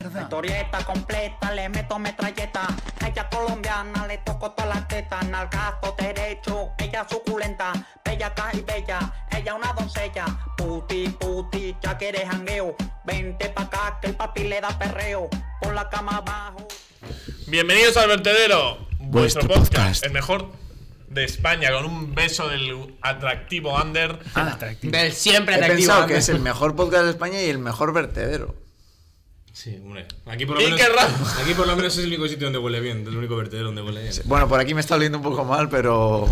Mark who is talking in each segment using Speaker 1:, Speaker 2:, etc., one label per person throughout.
Speaker 1: completa.
Speaker 2: Historieta completa, le meto metralleta. Ella colombiana, le toco todas las tetas. Nalgazo derecho, ella suculenta. Bella caja y bella, ella una doncella. Puti, puti, ya que eres jangueo. Vente pa' acá que el papi le da perreo. Por la cama abajo.
Speaker 3: Bienvenidos al vertedero, vuestro
Speaker 4: Vuestro
Speaker 3: podcast,
Speaker 4: podcast.
Speaker 3: el mejor de España, con un beso del atractivo Ander.
Speaker 4: Ah, atractivo.
Speaker 5: Del siempre
Speaker 1: He
Speaker 5: atractivo.
Speaker 1: pensado que
Speaker 5: Ander.
Speaker 1: es el mejor podcast de España y el mejor vertedero.
Speaker 6: Sí, hombre. Aquí por lo menos.
Speaker 3: Iker Ramos.
Speaker 6: Aquí por lo menos es el único sitio donde huele bien, el único vertedero donde huele bien.
Speaker 1: Bueno, por aquí me está oliendo un poco mal, pero.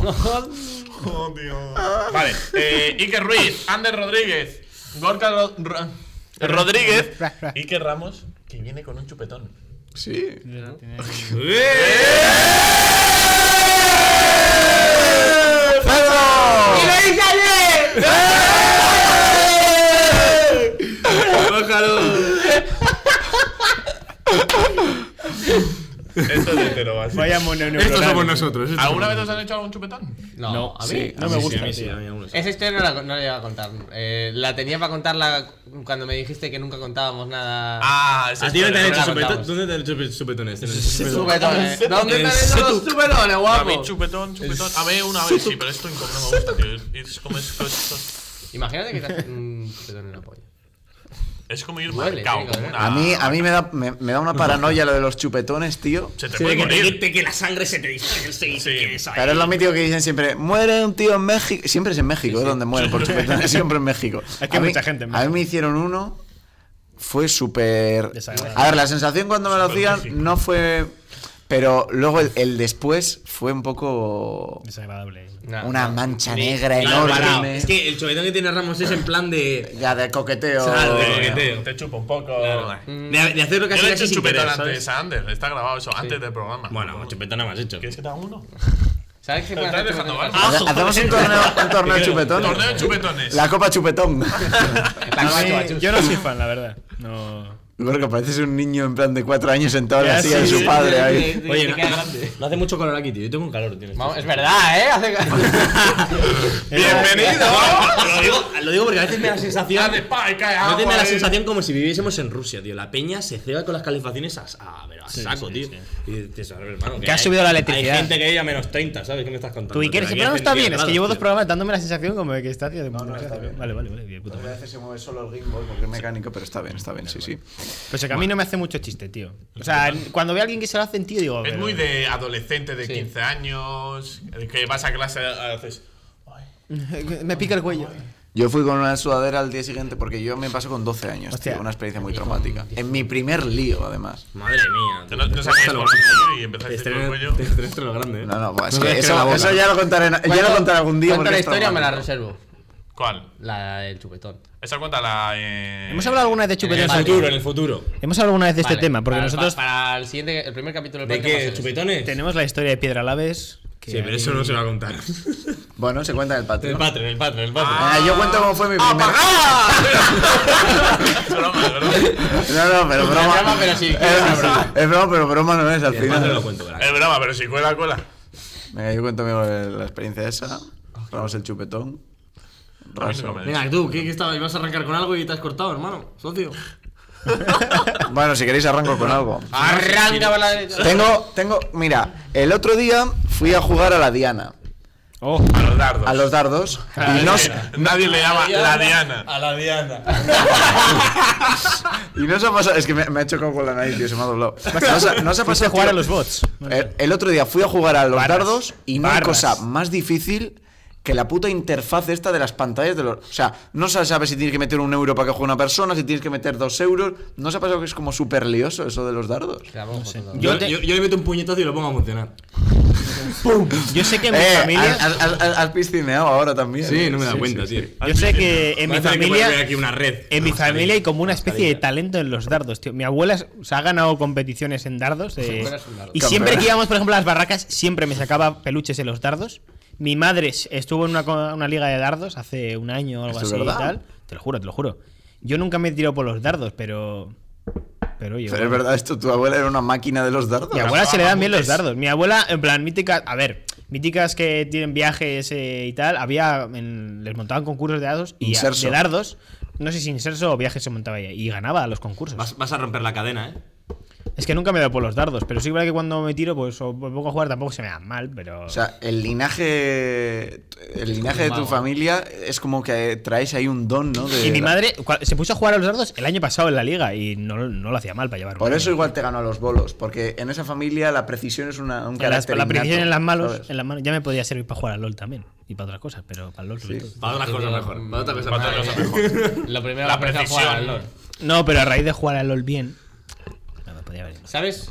Speaker 3: Vale, eh, Iker Ruiz, Ander Rodríguez, Gorka Ro- Ra- Rodríguez, Iker Ramos, que viene con un chupetón.
Speaker 1: Sí. ¡Pedro!
Speaker 3: Esto es hetero, así.
Speaker 4: Vaya
Speaker 6: Estos somos
Speaker 4: mononeuronal.
Speaker 6: nosotros. estos
Speaker 3: ¿Alguna vez
Speaker 6: somos
Speaker 3: os han hecho algún chupetón?
Speaker 5: No, a mí.
Speaker 1: sí.
Speaker 4: No me
Speaker 6: nosotros.
Speaker 4: gusta.
Speaker 6: Sí, a mí sí,
Speaker 4: tío.
Speaker 6: a mí algunos.
Speaker 5: Esa historia no la, no la iba a contar. Eh, la tenía para contarla cuando me dijiste que nunca contábamos nada.
Speaker 3: Ah,
Speaker 6: ¿A ti no te han
Speaker 5: no
Speaker 6: hecho
Speaker 5: la
Speaker 6: chupetones?
Speaker 5: contamos.
Speaker 6: ¿Dónde te han hecho chupe- chupetones? ¿Te han hecho chupetones?
Speaker 5: Subedones. ¿Dónde
Speaker 6: Eh,
Speaker 5: están los subedones,
Speaker 3: A mí
Speaker 5: guapo?
Speaker 3: chupetón, chupetón. A mí una vez sí, pero esto no me gusta, tío. Es como, es, es-
Speaker 5: Imagínate que te haces un chupetón en la polla.
Speaker 3: es como ir
Speaker 5: Huele,
Speaker 3: marcado.
Speaker 5: tiene que
Speaker 3: como
Speaker 5: oler.
Speaker 3: una-
Speaker 1: A mí, a mí me, da, me, me da una paranoia lo de los chupetones, tío.
Speaker 3: Se te
Speaker 6: Sí,
Speaker 3: puede
Speaker 6: que te-
Speaker 3: morir.
Speaker 6: que la sangre se te disperse y
Speaker 3: Sí.
Speaker 1: Pero es lo mítico que dicen siempre, muere un tío en México. Siempre es en México, es donde mueren por chupetones, siempre en México.
Speaker 4: Aquí hay
Speaker 1: A mí-
Speaker 4: mucha gente en
Speaker 1: A mí
Speaker 4: México.
Speaker 1: me hicieron uno, fue súper...
Speaker 4: Desagradable.
Speaker 1: A ver, la sensación cuando me lo
Speaker 3: Súper
Speaker 1: hacían
Speaker 3: México.
Speaker 1: no fue... Pero luego el, el después fue un poco...
Speaker 4: Desagradable.
Speaker 5: Nah,
Speaker 1: Una
Speaker 5: no.
Speaker 1: mancha
Speaker 5: Ni-
Speaker 1: negra
Speaker 5: ni-
Speaker 6: Claro, claro.
Speaker 1: enorme.
Speaker 6: Es que el chupetón que tiene Ramos es en plan de.
Speaker 1: Ya, de coqueteo.
Speaker 6: Ah, de
Speaker 3: Te,
Speaker 6: coqueteo.
Speaker 3: Eh, te chupa un poco.
Speaker 5: Mm.
Speaker 6: De, de hacerlo
Speaker 3: Yo
Speaker 6: casi
Speaker 3: le he hecho
Speaker 6: casi
Speaker 3: un
Speaker 6: sin
Speaker 3: chupetón
Speaker 6: querer,
Speaker 3: antes
Speaker 6: ¿sabes?
Speaker 3: a Ander, está grabado eso, antes del programa.
Speaker 6: Bueno, un chupetón no me has hecho.
Speaker 3: ¿Quieres que te haga uno?
Speaker 5: ¿Sabes que se
Speaker 3: Te
Speaker 5: puede
Speaker 3: estás
Speaker 5: hacer
Speaker 3: dejando
Speaker 5: chupetones?
Speaker 3: mal.
Speaker 1: Hace- Hacemos un torneo, un torneo de chupetón.
Speaker 3: Torneo de chupetones.
Speaker 1: La copa chupetón.
Speaker 5: La
Speaker 6: Ah,
Speaker 4: A mí-
Speaker 5: guachu, guachu.
Speaker 4: yo no soy fan, la verdad. No.
Speaker 1: Gorka, pareces un niño en plan de cuatro años sentado en la
Speaker 4: Ya,
Speaker 1: silla de
Speaker 4: sí,
Speaker 1: su
Speaker 4: sí,
Speaker 1: padre ahí.
Speaker 5: Sí, sí,
Speaker 6: Oye,
Speaker 5: te
Speaker 6: no,
Speaker 5: queda
Speaker 6: no-
Speaker 5: grande.
Speaker 6: no hace mucho calor aquí, tío. Yo tengo un calor, tío. este
Speaker 5: Vamos, es verdad, ¿eh? Hace-
Speaker 3: Eh, ¡Bienvenido!
Speaker 6: Lo digo, lo digo porque a veces me da la sensación.
Speaker 3: Hace pa y cae
Speaker 6: A
Speaker 3: agua eh.
Speaker 6: veces me da la
Speaker 3: ahí.
Speaker 6: sensación como si viviésemos en Rusia, tío. La peña se ceba con las calefacciones a, a, pero a saco, tío. Y dices, a ver, hermano.
Speaker 5: Que ha subido la electricidad.
Speaker 6: Hay gente que vive a menos 30, ¿sabes? ¿Qué me estás contando?
Speaker 4: Tú y
Speaker 6: Aquí
Speaker 4: siempre no
Speaker 6: hay
Speaker 4: está
Speaker 6: gente
Speaker 4: bien. Es que
Speaker 6: grados,
Speaker 4: llevo dos
Speaker 6: tío.
Speaker 4: programas dándome la sensación como de que está hacia de Vale, vale, vale. de puta
Speaker 1: A
Speaker 4: madre.
Speaker 1: veces se mueve solo el gimbal porque es mecánico, pero está bien, está bien, sí, sí.
Speaker 4: Pues que a mí no me hace mucho chiste, tío. O sea, cuando veo a alguien que se lo hace, tío, digo.
Speaker 3: Es
Speaker 4: pero-
Speaker 3: muy de adolescente de
Speaker 5: Sí.
Speaker 3: 15 años, el que vas a clase haces.
Speaker 4: me pica el cuello.
Speaker 1: Yo fui con una sudadera al día siguiente porque yo me paso con 12 años,
Speaker 4: Hostia.
Speaker 1: tío, una experiencia muy traumática. En mi primer lío, además.
Speaker 6: Madre mía.
Speaker 3: Te no, no sabías por qué y empezaste
Speaker 6: Este
Speaker 3: con el cuello.
Speaker 6: Te lo grande, eh.
Speaker 1: No, no, pues, es
Speaker 6: No
Speaker 1: que
Speaker 6: te dejes
Speaker 1: eso,
Speaker 6: la
Speaker 1: eso
Speaker 6: bola.
Speaker 1: ya lo contaré, en- ya lo contaré algún día.
Speaker 5: Cuento
Speaker 1: porque
Speaker 5: la
Speaker 1: es
Speaker 5: historia me la
Speaker 1: traumático.
Speaker 5: reservo.
Speaker 3: ¿Cuál?
Speaker 5: La del chupetón.
Speaker 3: Esa cuenta la. eh,
Speaker 4: Hemos hablado alguna vez de
Speaker 6: En el
Speaker 4: chupetones.
Speaker 5: Vale.
Speaker 6: futuro, en el futuro.
Speaker 4: Hemos hablado alguna vez de este
Speaker 5: Vale,
Speaker 4: tema, porque
Speaker 5: para-
Speaker 4: nosotros
Speaker 5: pa- Para el siguiente, el primer capítulo del
Speaker 6: ¿De
Speaker 5: podcast va a
Speaker 6: qué?
Speaker 5: ser eso.
Speaker 6: ¿Chupetones?
Speaker 4: tenemos la historia de Piedra Laves. que
Speaker 6: Sí, pero
Speaker 4: ahí-
Speaker 6: eso no se va a contar.
Speaker 1: Bueno, se cuenta en el
Speaker 6: El
Speaker 1: Patreon.
Speaker 6: padre, el padre, el padre.
Speaker 1: Ah, yo cuento cómo fue mi primer.
Speaker 3: Broma, broma.
Speaker 1: No, no, pero broma.
Speaker 5: broma, pero sí,
Speaker 1: Es-
Speaker 5: es broma.
Speaker 1: Es broma, pero broma no es al
Speaker 6: El padre lo
Speaker 1: final.
Speaker 6: cuento, ¿verdad?
Speaker 3: Es broma, pero si cuela, cuela.
Speaker 1: Venga, yo cuento amigo, la experiencia esa. Ramos el chupetón. Raso.
Speaker 3: me-
Speaker 6: Venga, tú, ¿qué, qué estaba? ¿Ibas a arrancar con algo y te has cortado, hermano? Socio.
Speaker 1: Bueno, si queréis arranco con algo.
Speaker 5: Arranca para la derecha.
Speaker 1: Tengo, tengo, mira, el otro día fui a jugar a la Diana,
Speaker 4: Oh,
Speaker 3: A los dardos.
Speaker 1: a los dardos,
Speaker 4: Ah,
Speaker 1: y no, os-
Speaker 3: Ah, eh, Nadie le llama la Diana.
Speaker 6: A la Diana.
Speaker 1: y no se ha pasado, es que me, me ha chocado con la nariz, tío, se me ha doblado. No se, no se ha
Speaker 4: fuiste
Speaker 1: pasado
Speaker 4: a jugar
Speaker 1: tío.
Speaker 4: a los
Speaker 6: Eh,
Speaker 4: bots.
Speaker 1: El, el otro día fui a jugar a los
Speaker 4: Barras.
Speaker 1: dardos y no hay
Speaker 4: Barras.
Speaker 1: cosa más difícil que la puta interfaz esta de las pantallas de los. O sea, no se sabe si tienes que meter un euro para que juegue una persona, si tienes que meter dos euros. No se ha pasado que es como súper lioso eso de los dardos.
Speaker 5: Quedamos fotos.
Speaker 6: Yo,
Speaker 4: Yo te-
Speaker 6: yo- yo le meto un puñetazo y lo pongo a funcionar.
Speaker 4: Yo sé que en mi
Speaker 1: Eh,
Speaker 4: familia.
Speaker 1: has, has- has- has piscineado ahora también.
Speaker 6: Sí, no me da cuenta, tío.
Speaker 4: Yo sé que en mi
Speaker 6: Voy a tener que ponerme
Speaker 4: familia.
Speaker 6: aquí una red.
Speaker 4: En mi
Speaker 6: Una
Speaker 4: familia hay
Speaker 6: mascarilla.
Speaker 4: como una especie de talento en los dardos, tío. Mi abuela es- o sea, ha ganado competiciones en dardos. eh,
Speaker 5: Campeona es un dardo.
Speaker 4: y siempre
Speaker 1: Campeona.
Speaker 4: que íbamos, por ejemplo, a las barracas, siempre me sacaba peluches en los dardos. Mi madre s- estuvo en una, co- una liga de dardos hace un año o algo
Speaker 1: ¿Esto es
Speaker 4: así y
Speaker 1: verdad?
Speaker 4: tal. Te lo juro, te lo juro. Yo nunca me he tirado por los dardos, pero. Pero oye.
Speaker 1: Pero es
Speaker 4: bueno.
Speaker 1: verdad, esto, tu abuela era una máquina de los dardos.
Speaker 4: Mi abuela se le dan bien los
Speaker 3: Mamutes.
Speaker 4: dardos. Mi abuela, en plan, míticas. A ver, míticas que tienen viajes eh, y tal. Había. en- les montaban concursos de dardos. Y a-
Speaker 1: Inserso.
Speaker 4: de dardos. No sé si inserso o viajes se montaba ella. Y ganaba los concursos.
Speaker 6: Vas, vas a romper la cadena, ¿eh?
Speaker 4: Es que nunca me he dado por los dardos, pero sí que es verdad que cuando me tiro, pues o me pongo a jugar tampoco se me dan mal, pero.
Speaker 1: O sea, el linaje. El linaje de tu
Speaker 5: mago.
Speaker 1: familia es como que traes ahí un don, ¿no? De
Speaker 4: y mi
Speaker 1: la-
Speaker 4: madre cua- se puso a jugar a los dardos el año pasado en la liga y no, no lo hacía mal para llevar.
Speaker 1: Por
Speaker 4: un-
Speaker 1: eso igual te ganó a los bolos, porque en esa familia la precisión es una, un
Speaker 4: Con las-
Speaker 1: carácter
Speaker 4: con la
Speaker 1: innato,
Speaker 4: precisión en las manos,
Speaker 1: ¿sabes?
Speaker 4: en las manos ya me podía servir para jugar al LOL también y para otras cosas, pero para el LOL sobre
Speaker 1: Sí.
Speaker 4: todo.
Speaker 6: Para otras cosas mejor. Para otras cosas
Speaker 3: Para otras
Speaker 6: mejor.
Speaker 3: cosas mejor.
Speaker 5: Lo primero
Speaker 3: La
Speaker 5: que empecé a jugar al
Speaker 3: precisión.
Speaker 5: LoL.
Speaker 4: No, pero a raíz de jugar al LOL bien. No me podía haber ido.
Speaker 5: ¿Sabes?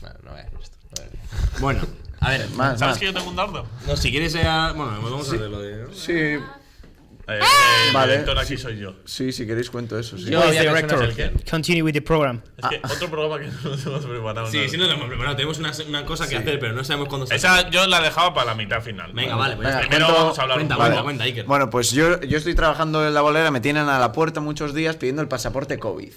Speaker 5: Bueno, no voy a decir esto. no voy a decir.
Speaker 6: Bueno, a ver.
Speaker 1: Más,
Speaker 3: ¿Sabes
Speaker 1: más.
Speaker 3: que yo tengo un dardo?
Speaker 6: No, si quieres. eh, bueno, vamos a ver lo de.
Speaker 1: Sí,
Speaker 6: Ah.
Speaker 3: Eh, eh, el
Speaker 1: Vale.
Speaker 3: director aquí soy yo.
Speaker 1: sí, si queréis cuento eso, sí.
Speaker 5: Yo
Speaker 4: Voice
Speaker 5: había que hacer
Speaker 4: director.
Speaker 5: una selección.
Speaker 4: Continue with the program.
Speaker 3: Es que otro programa que no nos hemos preparado.
Speaker 6: Sí,
Speaker 3: nada.
Speaker 6: sí, no lo hemos preparado. Tenemos una, una cosa que hacer, pero no sabemos cuándo se
Speaker 3: Esa yo la dejaba para la mitad final.
Speaker 6: Venga, vale, pues.
Speaker 1: Venga,
Speaker 6: ya está.
Speaker 3: Primero
Speaker 1: cuento-
Speaker 3: vamos a hablar
Speaker 6: cuenta,
Speaker 3: un poco.
Speaker 6: cuenta, cuenta, Iker.
Speaker 1: Bueno, pues yo, yo estoy trabajando en la bolera, me tienen a la puerta muchos días pidiendo el pasaporte COVID.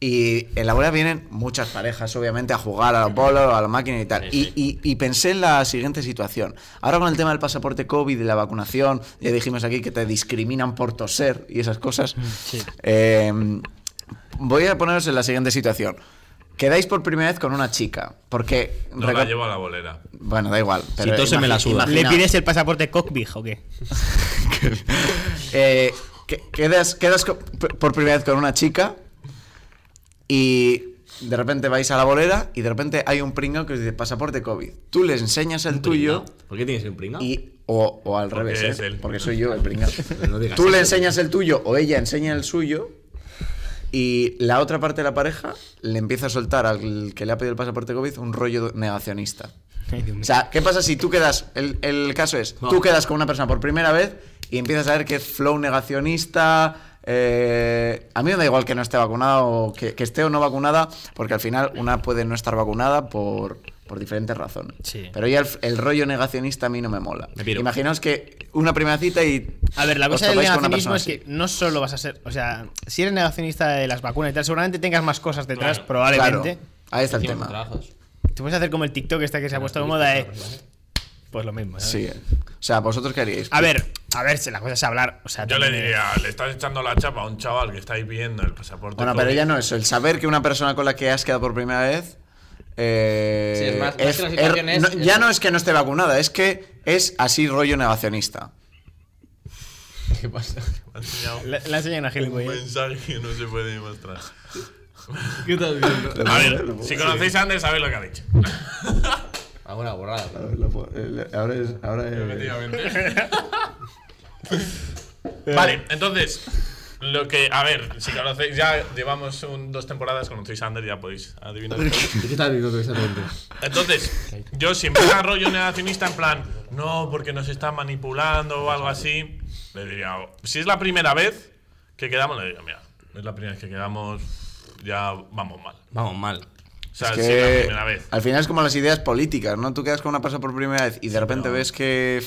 Speaker 1: Y en la bolera vienen muchas parejas, obviamente, a jugar al polo, a la máquina y tal.
Speaker 6: Sí,
Speaker 1: Y, y- y pensé en la siguiente situación. Ahora con el tema del pasaporte COVID y la vacunación, ya dijimos aquí que te discriminan por toser y esas
Speaker 6: Mm,
Speaker 1: cosas. Eh, voy a poneros en la siguiente situación. Quedáis por primera vez con una chica, porque...
Speaker 3: No la
Speaker 1: reco-
Speaker 3: llevo a la bolera.
Speaker 1: Bueno, da igual. pero
Speaker 6: tose, me la
Speaker 1: imagi-
Speaker 6: suda.
Speaker 4: ¿Le
Speaker 1: imagina-
Speaker 4: pides el pasaporte Cockbig o qué?
Speaker 1: Eh, que- quedas quedas co- p- por primera vez con una chica y de repente vais a la bolera y de repente hay un pringao que os dice pasaporte COVID. Tú le enseñas el tuyo
Speaker 6: Pringao. ¿Por qué tienes un pringao?
Speaker 1: y... O, o al
Speaker 3: Porque
Speaker 1: revés,
Speaker 3: es
Speaker 1: ¿eh?
Speaker 3: él.
Speaker 1: porque soy yo el pringao.
Speaker 6: No digas
Speaker 1: Tú le
Speaker 6: eso.
Speaker 1: enseñas el tuyo o ella enseña el suyo y la otra parte de la pareja le empieza a soltar al que le ha pedido el pasaporte COVID un rollo negacionista.
Speaker 4: Ay, Dios mío.
Speaker 1: O sea, ¿qué pasa si tú quedas, el, el caso es,
Speaker 6: Ah.
Speaker 1: tú quedas con una persona por primera vez y empiezas a ver que es flow negacionista, eh, a mí me da igual que no esté vacunada o que, que esté o no vacunada, porque al final una puede no estar vacunada por, por diferentes razones.
Speaker 4: Sí.
Speaker 1: Pero ya el, el rollo negacionista a mí no me mola.
Speaker 6: Me piro.
Speaker 1: Imaginaos que una primera cita y...
Speaker 4: A ver, la
Speaker 1: os
Speaker 4: cosa del
Speaker 1: topáis con una
Speaker 4: negacionismo
Speaker 1: persona
Speaker 4: es que
Speaker 1: así.
Speaker 4: no solo vas a ser. O sea, si eres negacionista de las vacunas y tal, seguramente tengas más cosas detrás, probablemente.
Speaker 1: Claro, ahí está el
Speaker 5: Hicimos
Speaker 1: tema.
Speaker 5: trabajos.
Speaker 4: Te puedes hacer como el TikTok esta que se ha puesto de moda, eh. Pues lo mismo. ¿sabes?
Speaker 1: Sí. eh. O sea, ¿vosotros qué haríais?
Speaker 4: A ver, a ver, si la cosa es hablar. O sea,
Speaker 3: Yo le
Speaker 4: también, eh,
Speaker 3: diría, le estás echando la chapa a un chaval que está ahí pidiendo el pasaporte.
Speaker 1: Bueno, pero
Speaker 3: COVID.
Speaker 1: ya no eso. El saber que una persona con la que has quedado por primera vez. eh,
Speaker 5: Sí, es más- más que la situación es-
Speaker 1: no-
Speaker 5: es-
Speaker 1: ya no es que no esté vacunada, es que es así rollo negacionista.
Speaker 5: ¿Qué pasa?
Speaker 3: Me ha enseñado
Speaker 4: Le, le enseñan a Gil,
Speaker 3: un
Speaker 4: güey.
Speaker 3: mensaje que no se puede demostrar.
Speaker 5: ¿Qué estás viendo?
Speaker 3: A ver, si conocéis a Ander, sabéis lo que ha dicho.
Speaker 5: Alguna borrada. pero-
Speaker 1: Ahora es.
Speaker 3: Efectivamente. vale, entonces, lo que. A ver, si conocéis, ya llevamos un- dos temporadas, conocéis a Ander, ya podéis adivinar.
Speaker 5: ¿Qué estás viendo tú exactamente?
Speaker 3: Entonces, yo si empieza rollo negacionista en plan, no, porque nos están manipulando o algo así, le diría, si es la primera vez que quedamos, le diría, mira, es la primera vez que quedamos, ya vamos mal.
Speaker 6: Vamos mal.
Speaker 3: O sea, si es la primera vez.
Speaker 1: al final es como las ideas políticas, ¿no? Tú quedas con una persona por primera vez y de repente ves que.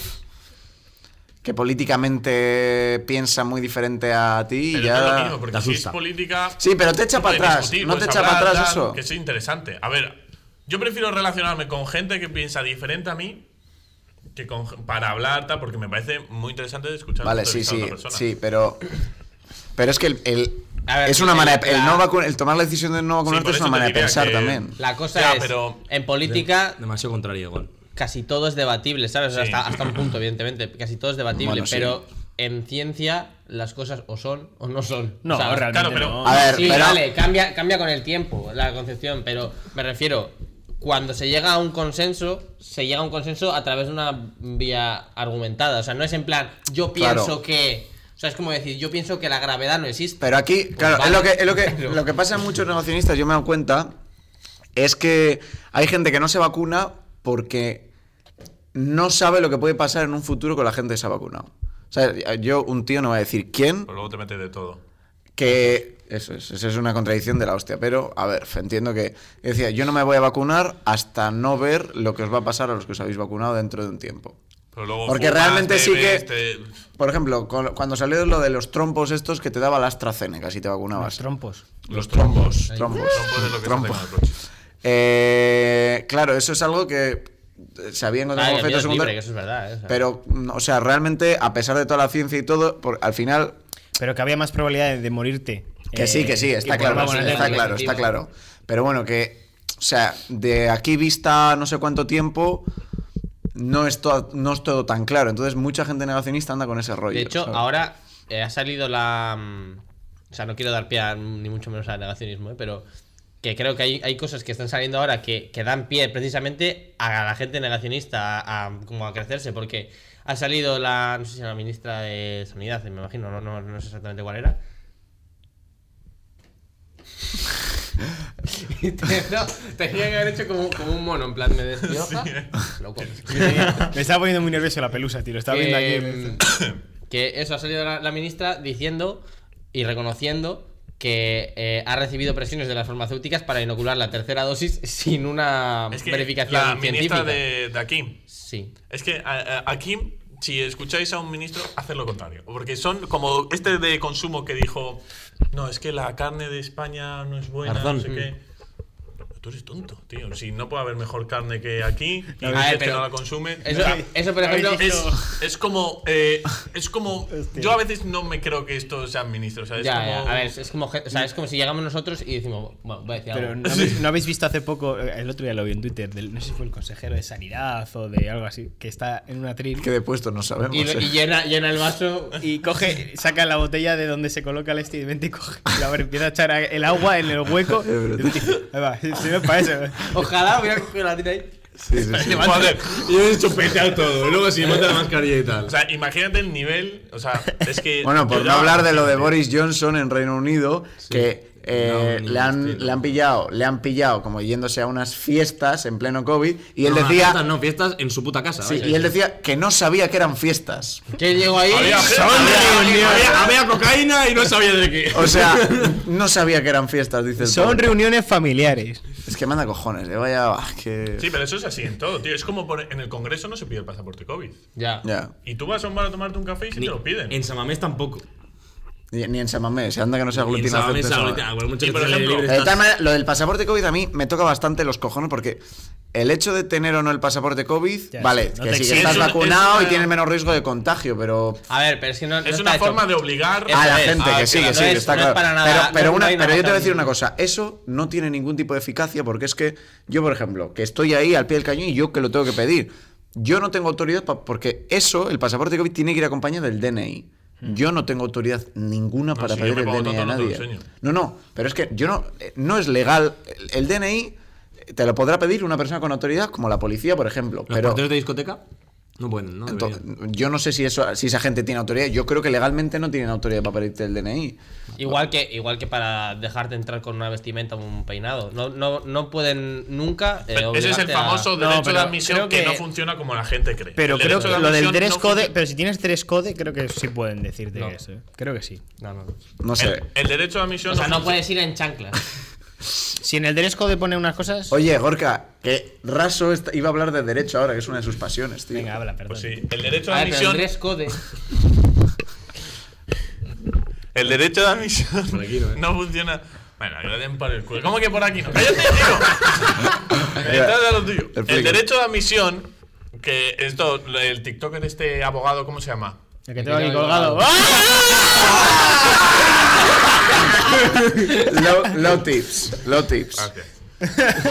Speaker 1: que políticamente piensa muy diferente a ti
Speaker 3: Pero
Speaker 1: y ya.
Speaker 3: no es lo mismo,
Speaker 6: te
Speaker 3: porque si es
Speaker 6: asusta.
Speaker 3: política.
Speaker 1: Sí, pero te echa
Speaker 3: tú
Speaker 1: para
Speaker 3: puedes
Speaker 1: atrás, no
Speaker 3: puedes
Speaker 1: te echa para
Speaker 3: hablar, tal,
Speaker 1: atrás eso.
Speaker 3: Que es interesante. A ver, yo prefiero relacionarme con gente que piensa diferente a mí que con- para hablar, tal, porque me parece muy interesante escuchar el
Speaker 1: Vale,
Speaker 3: punto de
Speaker 1: sí,
Speaker 3: vista de
Speaker 1: sí,
Speaker 3: otra persona.
Speaker 1: sí, pero. Pero es que el. el-
Speaker 5: A ver,
Speaker 1: es una
Speaker 5: el-
Speaker 1: manera. El,
Speaker 5: la-
Speaker 1: no vacu- el tomar la decisión de no vacunarte
Speaker 3: por
Speaker 1: es
Speaker 3: eso te
Speaker 1: una manera de
Speaker 3: diría
Speaker 1: pensar
Speaker 3: que-
Speaker 1: también.
Speaker 5: La cosa
Speaker 3: Ya,
Speaker 5: es,
Speaker 3: pero-
Speaker 5: en política
Speaker 6: Demasiado contrario, Gon.
Speaker 5: casi todo es debatible, ¿sabes? O sea,
Speaker 3: Sí.
Speaker 5: hasta, hasta un punto, evidentemente, casi todo es debatible,
Speaker 1: Bueno, sí.
Speaker 5: pero en ciencia las cosas o son o no son.
Speaker 4: No,
Speaker 5: O sea,
Speaker 4: realmente
Speaker 3: claro, pero-
Speaker 4: no.
Speaker 1: A ver,
Speaker 5: sí,
Speaker 1: pero.
Speaker 5: vale, cambia, cambia con el tiempo la concepción, pero me refiero, cuando se llega a un consenso, se llega a un consenso a través de una vía argumentada. O sea, no es en plan, yo
Speaker 1: Claro.
Speaker 5: pienso que. O sea, es como decir, yo pienso que la gravedad no existe.
Speaker 1: Pero aquí, claro,
Speaker 5: vale,
Speaker 1: es lo que, es lo que,
Speaker 5: pero-
Speaker 1: lo que pasa en muchos negacionistas, yo me he dado cuenta, es que hay gente que no se vacuna porque no sabe lo que puede pasar en un futuro con la gente que se ha vacunado. O sea, yo, un tío no va a decir quién,
Speaker 3: Pero luego te metes de todo.
Speaker 1: que eso es, eso es una contradicción de la hostia, pero a ver, entiendo que decía, yo no me voy a vacunar hasta no ver lo que os va a pasar a los que os habéis vacunado dentro de un tiempo.
Speaker 3: Pero luego
Speaker 1: Porque
Speaker 3: fumas,
Speaker 1: realmente sí que
Speaker 3: bebes, te-
Speaker 1: por ejemplo, con- cuando salió lo de los trompos estos que te daba la AstraZeneca si te
Speaker 4: Los
Speaker 1: vacunabas.
Speaker 4: trompos.
Speaker 3: Los trombos.
Speaker 1: trombos.
Speaker 3: Trombos es lo que se
Speaker 1: Trombo.
Speaker 3: hace con el coche.
Speaker 1: Eh, claro, eso es algo que se había encontrado
Speaker 5: Ah,
Speaker 1: como
Speaker 5: el
Speaker 1: efecto
Speaker 5: miedo es libre, que
Speaker 1: secundario.
Speaker 5: eso es verdad. ¿eh? O sea,
Speaker 1: Pero, mm, o sea, realmente, a pesar de toda la ciencia y todo, por- al final,
Speaker 4: Pero que había más probabilidad de, de morirte.
Speaker 1: que sí, que sí,
Speaker 4: eh,
Speaker 1: está
Speaker 4: y por
Speaker 1: claro,
Speaker 4: vacunarte
Speaker 1: está
Speaker 5: el
Speaker 1: claro,
Speaker 5: colectivo.
Speaker 1: está claro. Pero bueno, que O sea, de aquí vista no sé cuánto tiempo, no es, todo, no es todo tan claro. Entonces, mucha gente negacionista anda con ese rollo.
Speaker 5: De hecho,
Speaker 1: ¿sabes?
Speaker 5: ahora eh, ha salido la. mm, O sea, no quiero dar pie a- ni mucho menos al negacionismo, ¿eh? pero que creo que hay, hay cosas que están saliendo ahora que, que dan pie precisamente a la gente negacionista, a, a- como a crecerse, porque ha salido la. No sé si era la ministra de Sanidad, me imagino, no, no, no sé exactamente cuál era. Y te- no, tenía que haber hecho como, como un mono, en plan, me despioja. Loco.
Speaker 4: Me estaba poniendo muy nervioso la pelusa, tío. Lo estaba
Speaker 1: Eh,
Speaker 4: viendo aquí.
Speaker 5: que, Em, que eso ha salido la, la ministra diciendo y reconociendo que eh, ha recibido presiones de las farmacéuticas para inocular la tercera dosis sin una
Speaker 3: Es que
Speaker 5: verificación
Speaker 3: la
Speaker 5: científica.
Speaker 3: ministra de, de aquí.
Speaker 5: Sí.
Speaker 3: Es que a- a- aquí, si escucháis a un ministro, haced lo contrario. Porque son como este de consumo que dijo: No, es que la carne de España no es buena,
Speaker 6: Perdón.
Speaker 3: no sé qué. Pero Tú eres tonto, tío. Si no puede haber mejor carne que aquí y
Speaker 5: A
Speaker 3: la
Speaker 5: ver,
Speaker 3: gente
Speaker 5: pero-
Speaker 3: no la consume.
Speaker 5: Eso, eso, por ejemplo,
Speaker 3: Es, es como. eh, es como. Yo a veces no me creo que estos sean ministros. O sea, es
Speaker 5: ya,
Speaker 3: como-
Speaker 5: ya, a ver, es como, gen- o sea, es como si llegamos nosotros y decimos, bueno, voy a decir
Speaker 4: Pero
Speaker 5: algo.
Speaker 4: ¿no habéis, no habéis visto hace poco, eh, el otro día lo vi en Twitter, del- no sé si fue el consejero de sanidad o de algo así, que está en una tril
Speaker 1: Que de puesto no sabemos.
Speaker 5: Y, lo-
Speaker 1: ¿eh?
Speaker 5: y llena, llena el vaso
Speaker 4: y coge, saca la botella de donde se coloca el este y vente y coge, y la abre, empieza a echar el agua en el hueco. Y dice, "Ahí va, sirve para eso.
Speaker 5: Ojalá hubiera cogido la tira ahí.
Speaker 1: Sí, sí, sí.
Speaker 3: Joder.
Speaker 6: Yo he chupeteado todo. Luego si mata la mascarilla y tal.
Speaker 3: O sea, imagínate el nivel. O sea, es que.
Speaker 1: Bueno,
Speaker 3: yo
Speaker 1: por no
Speaker 3: ya-
Speaker 1: hablar de lo de Boris Johnson en Reino Unido, que eh,
Speaker 6: No, ni
Speaker 1: le, han,
Speaker 6: hostia.
Speaker 1: le han pillado, le han pillado como yéndose a unas fiestas en pleno COVID y él
Speaker 6: No, no,
Speaker 1: decía,
Speaker 6: fiestas no, fiestas en su puta casa.
Speaker 1: sí,
Speaker 6: vaya.
Speaker 1: y él decía que no sabía que eran fiestas.
Speaker 5: Que llegó ahí.
Speaker 3: Había gente, había-
Speaker 6: Había, había cocaína y no sabía de qué.
Speaker 1: O sea, no sabía que eran fiestas, dice. el
Speaker 4: Son
Speaker 1: pobre.
Speaker 4: reuniones familiares.
Speaker 1: Es que manda cojones, eh, vaya, ah, que
Speaker 3: Sí, pero eso es así en todo, tío. Es como por- en el Congreso no se pide el pasaporte COVID.
Speaker 5: Ya.
Speaker 1: ya.
Speaker 3: Y tú vas a un bar a tomarte un café y se
Speaker 6: Ni-
Speaker 3: te lo piden.
Speaker 6: En Samamés tampoco.
Speaker 1: Ni, ni en Samamé, se anda que no sea
Speaker 6: Y en
Speaker 1: aglutinación.
Speaker 6: Samamés aglutina- bueno, mucho
Speaker 3: Y
Speaker 6: que
Speaker 3: por
Speaker 6: se le
Speaker 3: ejemplo-
Speaker 6: libre
Speaker 1: Eh, de
Speaker 6: estar-
Speaker 1: tal manera, lo del pasaporte COVID a mí me toca bastante los cojones porque el hecho de tener o no el pasaporte COVID,
Speaker 4: Ya,
Speaker 1: vale,
Speaker 4: sí, no
Speaker 1: que
Speaker 4: te
Speaker 1: sí que
Speaker 4: exime.
Speaker 1: estás
Speaker 3: Es una-
Speaker 1: vacunado
Speaker 3: es
Speaker 1: y
Speaker 3: una-
Speaker 1: tienes menos riesgo de contagio, pero
Speaker 5: A ver, pero es que no. no
Speaker 3: es
Speaker 5: está
Speaker 3: una
Speaker 5: hecho.
Speaker 3: forma de obligar
Speaker 5: Eso
Speaker 1: A la
Speaker 5: es.
Speaker 1: gente,
Speaker 5: Ah,
Speaker 1: que sí,
Speaker 5: claro,
Speaker 1: que sí,
Speaker 5: no
Speaker 1: que
Speaker 5: es-
Speaker 1: está
Speaker 5: no es
Speaker 1: claro.
Speaker 5: para nada-
Speaker 1: pero
Speaker 5: no es
Speaker 1: pero,
Speaker 5: una
Speaker 1: una- pero yo te voy a decir
Speaker 5: vaca-
Speaker 1: una cosa, eso no tiene ningún tipo de eficacia porque es que yo, por ejemplo, que estoy ahí al pie del cañón y yo que lo tengo que pedir, yo no tengo autoridad pa- porque eso, el pasaporte COVID, tiene que ir acompañado del DNI.
Speaker 5: Hmm.
Speaker 1: Yo no tengo autoridad ninguna
Speaker 3: No,
Speaker 1: para
Speaker 3: si yo
Speaker 1: pedir
Speaker 3: me
Speaker 1: el
Speaker 3: pongo
Speaker 1: DNI a
Speaker 3: tonto, no te lo
Speaker 1: nadie.
Speaker 3: enseño.
Speaker 1: No, no, pero es que yo no, eh, no es legal. El, el DNI eh, te lo podrá pedir una persona con autoridad, como la policía, por ejemplo.
Speaker 6: ¿Los
Speaker 1: pero
Speaker 6: porteros de discoteca? No pueden, ¿no?
Speaker 1: entonces,
Speaker 6: Deberían.
Speaker 1: yo no sé si eso, si esa gente tiene autoridad. Yo creo que legalmente no tienen autoridad para pedirte el DNI.
Speaker 5: Igual que, igual que para dejarte entrar con una vestimenta o un peinado. No, no, no pueden nunca. eh,
Speaker 3: Pero Ese es el
Speaker 5: obligarte a-
Speaker 3: famoso
Speaker 4: No,
Speaker 3: derecho de
Speaker 4: pero
Speaker 3: admisión
Speaker 4: creo
Speaker 3: que,
Speaker 4: que-
Speaker 3: no funciona como la gente cree.
Speaker 4: Pero
Speaker 3: El
Speaker 4: creo
Speaker 3: derecho
Speaker 4: que
Speaker 3: de
Speaker 4: lo del
Speaker 3: admisión
Speaker 4: dress
Speaker 3: no
Speaker 4: code,
Speaker 3: funci-
Speaker 4: pero si tienes dress code, creo que sí pueden decirte
Speaker 5: No.
Speaker 4: eso. ¿eh? Creo que sí.
Speaker 5: No, no.
Speaker 1: No sé.
Speaker 3: el, el derecho de admisión
Speaker 5: O sea, no
Speaker 3: funci-
Speaker 5: puedes ir en chanclas.
Speaker 4: Si en el dress code pone unas cosas.
Speaker 1: Oye, Gorka, que Raso está- iba a hablar de derecho ahora, que es una de sus pasiones, tío.
Speaker 4: Venga, habla, perdón.
Speaker 3: Pues sí, el derecho de
Speaker 5: A ver, Ah, pero el
Speaker 3: admisión.
Speaker 5: dress code.
Speaker 3: El derecho de admisión
Speaker 6: Por aquí no, ¿eh?
Speaker 3: no funciona. Bueno, que le den por el culo. ¿Cómo que por aquí no? ¡Cállate, tío! Entonces, a lo tuyo.
Speaker 1: Explica.
Speaker 3: El derecho de admisión, que esto, el TikToker, este abogado, ¿cómo se llama?
Speaker 4: El que tengo aquí colgado. ¡Ah!
Speaker 1: Low, low tips, low tips.
Speaker 3: Ah.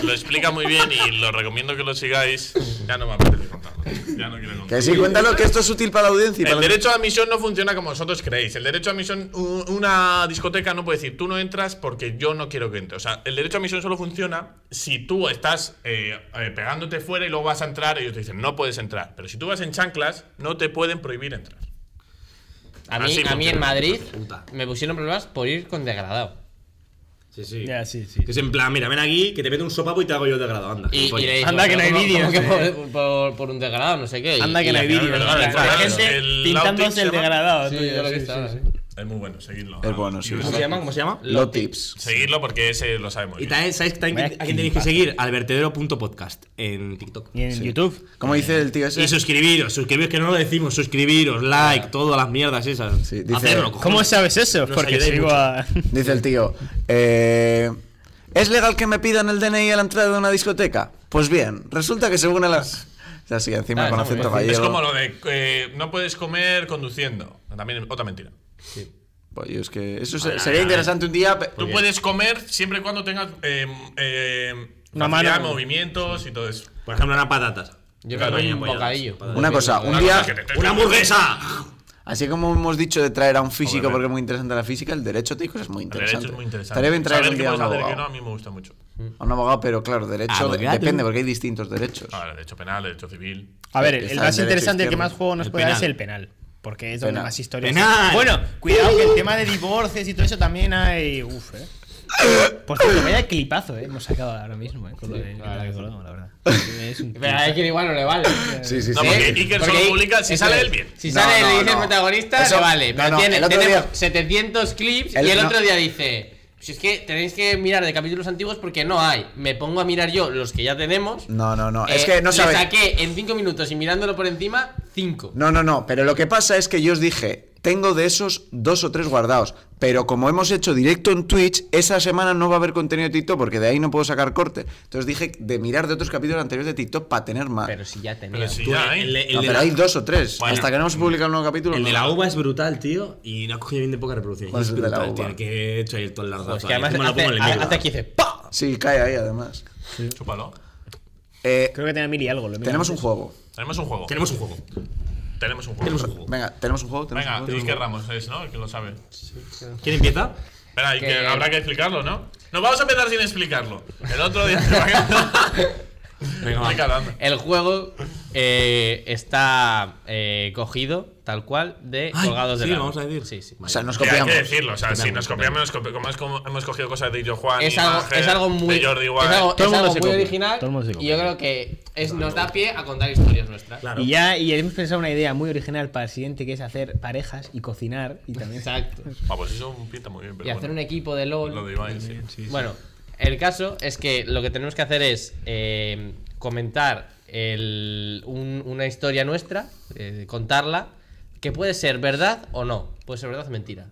Speaker 3: Lo explica muy bien y lo recomiendo que lo sigáis. Ya no me apetece contarlo. Ya no quiero
Speaker 1: Que
Speaker 3: contarlo.
Speaker 1: sí, cuéntalo, que esto es útil para la audiencia. y para
Speaker 3: El
Speaker 1: la-
Speaker 3: derecho de admisión no funciona como vosotros creéis. El derecho de admisión, u- una discoteca no puede decir tú no entras porque yo no quiero que entres. O sea, el derecho de admisión solo funciona si tú estás eh, eh, pegándote fuera y luego vas a entrar. Ellos te dicen no puedes entrar. Pero si tú vas en chanclas, no te pueden prohibir entrar.
Speaker 5: A mí,
Speaker 3: Así
Speaker 5: a mí
Speaker 3: funciona.
Speaker 5: en Madrid
Speaker 6: Puta.
Speaker 5: me pusieron problemas por ir con degradado.
Speaker 6: Sí, sí.
Speaker 4: Ya, sí, sí.
Speaker 6: Que es en plan, mira, ven aquí, que te meto un sopapo y te hago yo el degradado, anda.
Speaker 3: Pues
Speaker 5: Y, y
Speaker 6: gilipollas.
Speaker 5: le dije,
Speaker 4: Anda que no hay
Speaker 5: ¿cómo- cómo
Speaker 4: vídeos,
Speaker 5: que
Speaker 4: eh.
Speaker 5: por, por- por un degradado, no sé qué. Y-
Speaker 4: Anda que
Speaker 5: y
Speaker 4: no
Speaker 5: la
Speaker 4: hay
Speaker 5: final
Speaker 4: vídeos.
Speaker 5: me
Speaker 3: ¿verdad?
Speaker 5: dejaron
Speaker 4: La
Speaker 5: entrar.
Speaker 3: Claro,
Speaker 4: gente
Speaker 3: el Lautic
Speaker 4: pintándose
Speaker 3: se
Speaker 4: el
Speaker 3: llama-
Speaker 4: degradado.
Speaker 5: Sí,
Speaker 4: tío,
Speaker 5: yo lo que
Speaker 4: sí,
Speaker 5: estaba,
Speaker 4: sí,
Speaker 5: sí.
Speaker 4: sí.
Speaker 3: Es muy bueno, seguidlo.
Speaker 1: Es bueno, sí.
Speaker 6: ¿Cómo se llama? ¿Cómo se llama?
Speaker 1: Low tips.
Speaker 3: Seguidlo porque ese lo sabemos.
Speaker 6: Y también, ¿sabes también
Speaker 4: Vaya
Speaker 6: a quién tenéis que seguir? Al vertedero.podcast en TikTok.
Speaker 4: Y en YouTube.
Speaker 1: ¿Cómo dice el tío ese?
Speaker 6: Y suscribiros, suscribiros, que no lo decimos, suscribiros, like, todas las mierdas esas.
Speaker 1: Sí, dice-
Speaker 6: Hacerlo,
Speaker 4: ¿Cómo
Speaker 6: cojones.
Speaker 4: sabes eso?
Speaker 6: Nos
Speaker 4: Porque
Speaker 6: ayudáis
Speaker 4: sigo
Speaker 6: mucho.
Speaker 4: a.
Speaker 1: Dice el tío, eh, ¿es legal que me pidan el DNI a la entrada de una discoteca? Pues bien, resulta que según las... O sea, sí, encima
Speaker 5: Ah,
Speaker 1: con
Speaker 5: está muy
Speaker 1: acento
Speaker 5: bien.
Speaker 1: gallego.
Speaker 3: Es como lo de eh, no puedes comer conduciendo. También otra mentira.
Speaker 1: Pues yo
Speaker 3: Pues
Speaker 1: es que eso se- sería interesante un día... pe-
Speaker 3: Tú puedes comer siempre y cuando tengas eh, eh,
Speaker 4: Una
Speaker 3: facilidad,
Speaker 4: mano.
Speaker 3: movimientos y todo eso.
Speaker 6: Por ejemplo, unas patatas.
Speaker 5: Yo
Speaker 3: Claro,
Speaker 5: creo que
Speaker 3: oye,
Speaker 5: un
Speaker 6: pues ya,
Speaker 5: bocadillo.
Speaker 6: para-
Speaker 1: Una cosa, un día,
Speaker 3: que te-
Speaker 6: ¡Una hamburguesa!
Speaker 1: así como hemos dicho de traer a un físico
Speaker 3: Obviamente.
Speaker 1: porque es muy interesante la física, el derecho, te digo, es muy
Speaker 3: El derecho
Speaker 1: interesante.
Speaker 3: es muy interesante.
Speaker 1: Estaría bien traer
Speaker 3: Saber
Speaker 1: un
Speaker 3: qué
Speaker 1: día a un
Speaker 3: puedes hacer y qué no,
Speaker 1: abogado.
Speaker 3: a mí me gusta mucho.
Speaker 1: A un abogado, pero claro,
Speaker 5: Ah,
Speaker 1: derecho, de-
Speaker 6: Abogado.
Speaker 1: depende, porque hay distintos derechos.
Speaker 3: Ah, el derecho penal, el derecho civil.
Speaker 4: A ver, el
Speaker 1: Está
Speaker 4: más
Speaker 1: el derecho
Speaker 4: interesante, el que
Speaker 1: izquierdo.
Speaker 4: más juego nos
Speaker 6: El
Speaker 4: puede dar es
Speaker 6: penal.
Speaker 4: el penal. Porque es donde
Speaker 1: Penal.
Speaker 4: más historias.
Speaker 6: ¡Penal!
Speaker 4: Bueno, cuidado que el tema de divorcios y todo eso también hay. Uf, eh. Por cierto, vaya clipazo, eh. Hemos sacado ahora mismo, eh. Con lo
Speaker 5: Sí,
Speaker 4: de que
Speaker 5: la verdad
Speaker 4: te
Speaker 5: que
Speaker 4: has colgado, la verdad. Es un
Speaker 5: Pero a Iker igual no le vale.
Speaker 1: Sí, sí,
Speaker 3: No, pues,
Speaker 1: sí.
Speaker 3: porque Iker solo
Speaker 5: Porque
Speaker 3: publica si
Speaker 5: eso
Speaker 3: sale
Speaker 5: es.
Speaker 3: él bien.
Speaker 5: Si
Speaker 1: No,
Speaker 5: sale
Speaker 1: no,
Speaker 5: y dice
Speaker 1: no.
Speaker 5: protagonista,
Speaker 1: Eso-
Speaker 5: le vale.
Speaker 1: no,
Speaker 5: Pero
Speaker 1: no,
Speaker 5: tiene,
Speaker 1: el otro
Speaker 5: tenemos
Speaker 1: día-
Speaker 5: 700 clips
Speaker 1: El-
Speaker 5: y el
Speaker 1: no.
Speaker 5: otro día dice: Si es que tenéis que mirar de capítulos antiguos porque no hay. Me pongo a mirar yo los que ya tenemos.
Speaker 1: No, no, no. es
Speaker 5: Eh,
Speaker 1: que no
Speaker 5: le
Speaker 1: sabéis.
Speaker 5: saqué en 5 minutos y mirándolo por encima, 5.
Speaker 1: No, no, no. Pero lo que pasa es que yo os dije, tengo de esos dos o tres guardados. Pero como hemos hecho directo en Twitch, esa semana no va a haber contenido de TikTok porque de ahí no puedo sacar corte. Entonces dije de mirar de otros capítulos anteriores de TikTok para tener más.
Speaker 5: Pero si ya
Speaker 3: Pero
Speaker 5: tenía.
Speaker 3: si
Speaker 6: Tú,
Speaker 3: ya, ¿eh?
Speaker 6: el de- el
Speaker 1: No,
Speaker 6: de
Speaker 1: pero
Speaker 6: la-
Speaker 1: hay dos o tres.
Speaker 6: Bueno.
Speaker 1: Hasta que no hemos publicado un nuevo capítulo.
Speaker 6: El de
Speaker 1: no.
Speaker 6: la uva es brutal, tío, y no ha cogido bien de poca reproducción.
Speaker 1: ¿Cuál es
Speaker 6: es
Speaker 1: el de la
Speaker 6: brutal,
Speaker 1: uva?
Speaker 6: tío, que he hecho ahí todo el largazo.
Speaker 5: Pues que
Speaker 6: ahí.
Speaker 5: además
Speaker 6: Encima lo pongo en
Speaker 5: hace,
Speaker 6: el micro.
Speaker 5: hace aquí dice: ¡Pa!
Speaker 1: Sí, cae ahí además.
Speaker 3: Chúpalo.
Speaker 1: Eh,
Speaker 4: Creo que tenía mil y algo. Lo he
Speaker 1: tenemos
Speaker 4: mirado
Speaker 1: un juego.
Speaker 3: Tenemos un juego.
Speaker 6: Tenemos un juego.
Speaker 3: Tenemos un juego.
Speaker 6: Tenemos un juego.
Speaker 1: Venga, tenemos un juego. ¿Tenemos
Speaker 3: Venga,
Speaker 1: un juego?
Speaker 3: Iker Ramos es, ¿no? El que lo sabe.
Speaker 6: ¿Quién empieza?
Speaker 3: Espera, Iker,
Speaker 5: Que-
Speaker 3: habrá que explicarlo, ¿no? Nos vamos a empezar sin explicarlo. El otro día. Venga,
Speaker 6: va.
Speaker 3: Explícalo, anda.
Speaker 5: El juego eh, está eh, cogido, tal cual, de
Speaker 6: Ay,
Speaker 5: colgados de
Speaker 6: sí,
Speaker 5: la-
Speaker 6: vamos a decir.
Speaker 5: Sí, sí.
Speaker 1: O sea, nos
Speaker 3: Que hay
Speaker 1: copiamos.
Speaker 3: que decirlo, o sea, si nos copiamos, nos copi- como es como hemos cogido cosas de Illo Juan,
Speaker 5: es
Speaker 3: y
Speaker 5: algo,
Speaker 3: Mager,
Speaker 5: es algo muy,
Speaker 3: de Jordi igual.
Speaker 5: es algo,
Speaker 4: Todo el
Speaker 5: es
Speaker 4: mundo
Speaker 5: algo
Speaker 4: se
Speaker 5: muy
Speaker 4: copia,
Speaker 5: original
Speaker 4: todo el mundo se
Speaker 5: y
Speaker 4: copia.
Speaker 5: yo creo que es, nos da pie a contar historias nuestras.
Speaker 6: Claro.
Speaker 4: Y ya y hemos pensado una idea muy original para el siguiente, que es hacer parejas y cocinar. Y también
Speaker 5: Exacto.
Speaker 3: Ah, pues eso pinta muy bien, pero
Speaker 5: y hacer un
Speaker 3: bueno,
Speaker 5: equipo de LOL.
Speaker 3: lo de Ibai, sí.
Speaker 5: Bueno, el caso es que lo que tenemos que hacer es eh, comentar el- un- una historia nuestra, eh, contarla, que puede ser verdad o no, puede ser verdad o mentira.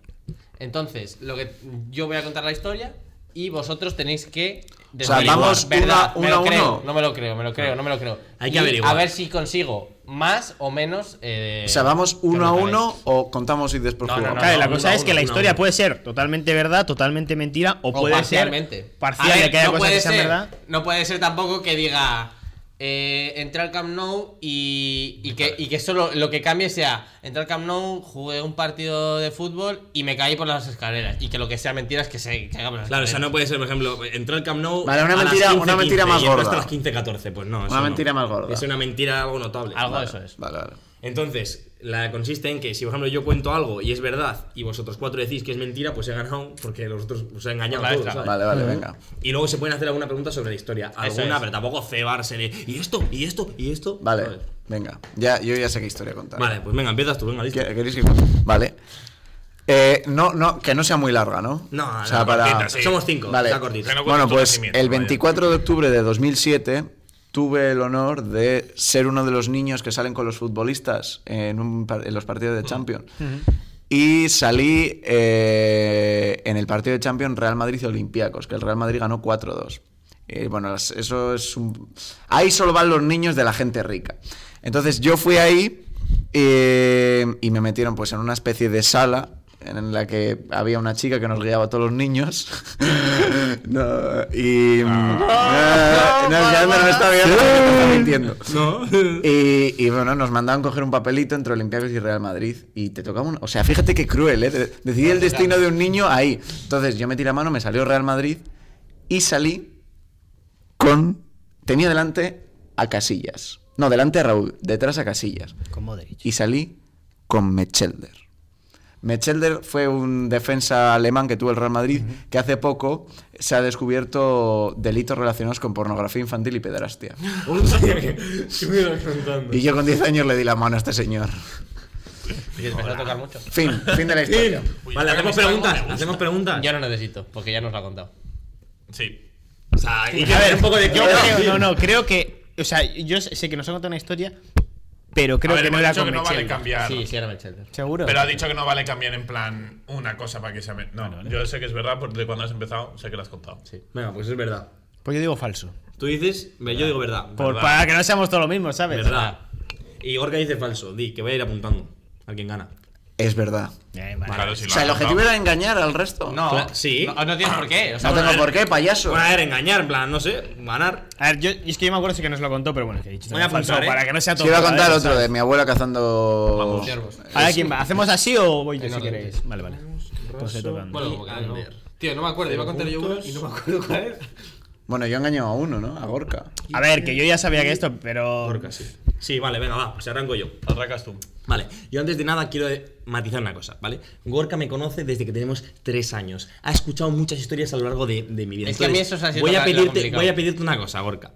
Speaker 5: Entonces, lo que yo voy a contar la historia y vosotros tenéis que
Speaker 1: sea, vamos
Speaker 5: ¿verdad?
Speaker 1: una-
Speaker 5: me lo
Speaker 1: uno a
Speaker 5: creo,
Speaker 1: uno. Ah.
Speaker 5: no me lo creo, me lo creo, no me lo creo.
Speaker 6: Hay que
Speaker 5: Y
Speaker 6: averiguar.
Speaker 5: A ver si consigo más o menos. eh,
Speaker 1: O sea, vamos
Speaker 5: que
Speaker 1: uno a
Speaker 5: me
Speaker 1: uno
Speaker 5: paréis.
Speaker 1: o contamos y después
Speaker 5: No, no,
Speaker 1: jugamos.
Speaker 4: Claro,
Speaker 6: no,
Speaker 4: la
Speaker 6: no,
Speaker 4: cosa
Speaker 6: no,
Speaker 4: es que
Speaker 6: no,
Speaker 4: la
Speaker 6: no,
Speaker 4: historia
Speaker 6: no.
Speaker 4: puede ser totalmente verdad, totalmente mentira, o,
Speaker 5: O
Speaker 4: puede ser
Speaker 5: parcialmente.
Speaker 4: parcial
Speaker 5: A ver,
Speaker 4: de que haya
Speaker 5: no
Speaker 4: cosas
Speaker 5: puede
Speaker 4: que sean
Speaker 5: ser-
Speaker 4: verdad.
Speaker 5: No puede ser tampoco que diga. Eh, entré al Camp Nou y, y, que, y que solo lo que cambie sea entré al Camp Nou, jugué un partido de fútbol y me caí por las escaleras y que lo que sea mentira es que se caiga por las
Speaker 6: Claro, o sea,
Speaker 5: escaleras.
Speaker 6: no puede ser, por ejemplo, entrar al Camp Nou.
Speaker 1: Vale, una
Speaker 6: a las
Speaker 1: mentira-
Speaker 6: 15,
Speaker 1: una mentira
Speaker 6: 15,
Speaker 1: más
Speaker 6: y entras
Speaker 1: gorda.
Speaker 6: hasta las 15, 14, pues no. eso
Speaker 1: Una
Speaker 6: no.
Speaker 1: mentira más gorda.
Speaker 6: Es una mentira algo notable.
Speaker 5: algo
Speaker 6: Vale.
Speaker 5: eso es
Speaker 1: Vale, vale.
Speaker 6: Entonces, la consiste en que si, por ejemplo, yo cuento algo y es verdad y vosotros cuatro decís que es mentira, pues he ganado porque los otros os he engañado.
Speaker 5: Vale,
Speaker 6: a todos,
Speaker 5: claro.
Speaker 6: ¿sabes?
Speaker 1: Vale, vale, venga.
Speaker 6: Y luego se pueden hacer alguna pregunta sobre la historia.
Speaker 5: Eso
Speaker 6: Alguna,
Speaker 5: es.
Speaker 6: pero tampoco cebarse de. ¿Y esto? ¿Y esto? ¿Y esto?
Speaker 1: Vale,
Speaker 6: ¿sabes?
Speaker 1: venga. Ya, yo ya sé qué historia contar.
Speaker 6: Vale, pues venga, empiezas tú, venga, listo.
Speaker 1: ¿Qué- ¿Queréis ir? Vale. Eh, no, no, que no sea muy larga, ¿no?
Speaker 6: No,
Speaker 1: o sea,
Speaker 6: no,
Speaker 1: para...
Speaker 3: cortita, sí.
Speaker 6: Somos cinco,
Speaker 1: Vale.
Speaker 6: está cortito.
Speaker 3: Que no cuente
Speaker 1: Bueno,
Speaker 3: tu
Speaker 1: pues
Speaker 3: nacimiento,
Speaker 1: el
Speaker 3: vaya.
Speaker 1: 24 de octubre de 2007 tuve el honor de ser uno de los niños que salen con los futbolistas en, un par- en los partidos de Champions. Y salí eh, en el partido de Champions Real Madrid y Olympiacos, que el Real Madrid ganó 4-2. Eh, bueno, las- eso es un... Ahí solo van los niños de la gente rica. Entonces yo fui ahí eh, y me metieron pues en una especie de sala en la que había una chica que nos guiaba a todos los niños. No, y... no, no, ya me lo está viendo, me está mintiendo.
Speaker 6: No.
Speaker 1: Y, y bueno, nos mandaban coger un papelito entre Olympiacos y Real Madrid. Y te tocaba un. O sea, fíjate qué cruel, ¿eh? De- Decidir el destino de un niño ahí. Entonces yo metí la mano, me salió Real Madrid y salí con. Tenía delante a Casillas. No, delante a Raúl, detrás a Casillas.
Speaker 4: Con Modric.
Speaker 1: Y salí con Mechelder. Mechelder fue un defensa alemán que tuvo el Real Madrid que hace poco se ha descubierto delitos relacionados con pornografía infantil y pederastia.
Speaker 6: ¿Qué me ibas contando?
Speaker 1: Y yo con 10 años le di la mano a este señor.
Speaker 5: y que empezó a tocar mucho
Speaker 1: Fin, fin de la historia.
Speaker 3: Uy,
Speaker 6: Vale,
Speaker 3: esta camiseta
Speaker 6: hacemos
Speaker 3: no me
Speaker 6: preguntas,
Speaker 3: gusta.
Speaker 6: hacemos preguntas.
Speaker 5: yo no necesito porque ya nos lo ha contado
Speaker 3: Sí.
Speaker 6: O sea, y
Speaker 4: A
Speaker 6: que
Speaker 4: ver,
Speaker 6: un poco de
Speaker 4: yo
Speaker 6: qué
Speaker 4: creo-
Speaker 6: decir.
Speaker 4: no, no, creo que. O sea, yo sé que nos ha contado una historia, pero creo
Speaker 3: A ver,
Speaker 4: que no
Speaker 3: hemos
Speaker 4: era
Speaker 3: dicho
Speaker 4: con
Speaker 3: que no vale
Speaker 4: Mechelder.
Speaker 3: cambiar.
Speaker 5: sí, sí, era Melchester
Speaker 4: ¿Seguro?
Speaker 3: Pero ha dicho que no vale cambiar en plan una cosa para que sea. me- No, yo sé que es verdad porque cuando has empezado sé que lo has contado.
Speaker 5: Sí.
Speaker 6: Venga, pues es verdad.
Speaker 4: Pues yo digo falso.
Speaker 6: Tú dices, ve, yo digo verdad.
Speaker 4: Por,
Speaker 3: Verdad.
Speaker 4: para que no seamos todos lo mismo, ¿sabes?
Speaker 6: Verdad. Y Gorka dice falso. Di, que voy a ir apuntando. A quien gana.
Speaker 1: es verdad.
Speaker 4: Eh, vale.
Speaker 3: Claro, si
Speaker 1: O
Speaker 3: lo
Speaker 1: sea, el
Speaker 3: has
Speaker 1: objetivo
Speaker 3: notado.
Speaker 1: era engañar al resto.
Speaker 5: No,
Speaker 6: Cla- sí.
Speaker 5: no, no tienes por qué. O sea,
Speaker 1: No tengo por qué, payaso.
Speaker 6: Bueno, a ver, engañar, en plan, no sé, ganar.
Speaker 4: A ver, yo, y es que yo me acuerdo sí que nos lo contó, pero bueno, que he dicho
Speaker 6: Voy a
Speaker 4: también
Speaker 6: apuntar,
Speaker 4: falso,
Speaker 6: ¿eh?
Speaker 4: para que no sea
Speaker 1: Te
Speaker 4: todo.
Speaker 1: iba a contar
Speaker 4: ¿sabes?
Speaker 1: otro de mi abuela cazando.
Speaker 3: Vamos.
Speaker 5: ciervos.
Speaker 4: Ahora quién va, ¿hacemos así o voy yo
Speaker 5: En
Speaker 4: si
Speaker 5: orden.
Speaker 4: queréis? Vale, vale. Pues se tocan.
Speaker 6: Bueno, como que
Speaker 5: Ah, no.
Speaker 6: Ander.
Speaker 5: Tío, no me acuerdo, iba a contar yo uno y no me acuerdo cuál era.
Speaker 1: Bueno, yo engaño a uno, ¿no? A Gorka.
Speaker 4: A ver, que yo ya sabía que esto, pero.
Speaker 6: Por casi. Sí, vale, venga, va, pues arranco yo.
Speaker 3: Atracas tú.
Speaker 6: Vale, yo antes de nada quiero eh, matizar una cosa, ¿vale? Gorka me conoce desde que tenemos tres años. Ha escuchado muchas historias a lo largo de, de mi vida.
Speaker 5: Es que a mí eso es así
Speaker 6: voy
Speaker 5: lo
Speaker 6: a
Speaker 5: que- lo
Speaker 6: pedirte,
Speaker 5: complicado.
Speaker 6: voy a pedirte una cosa, Gorka.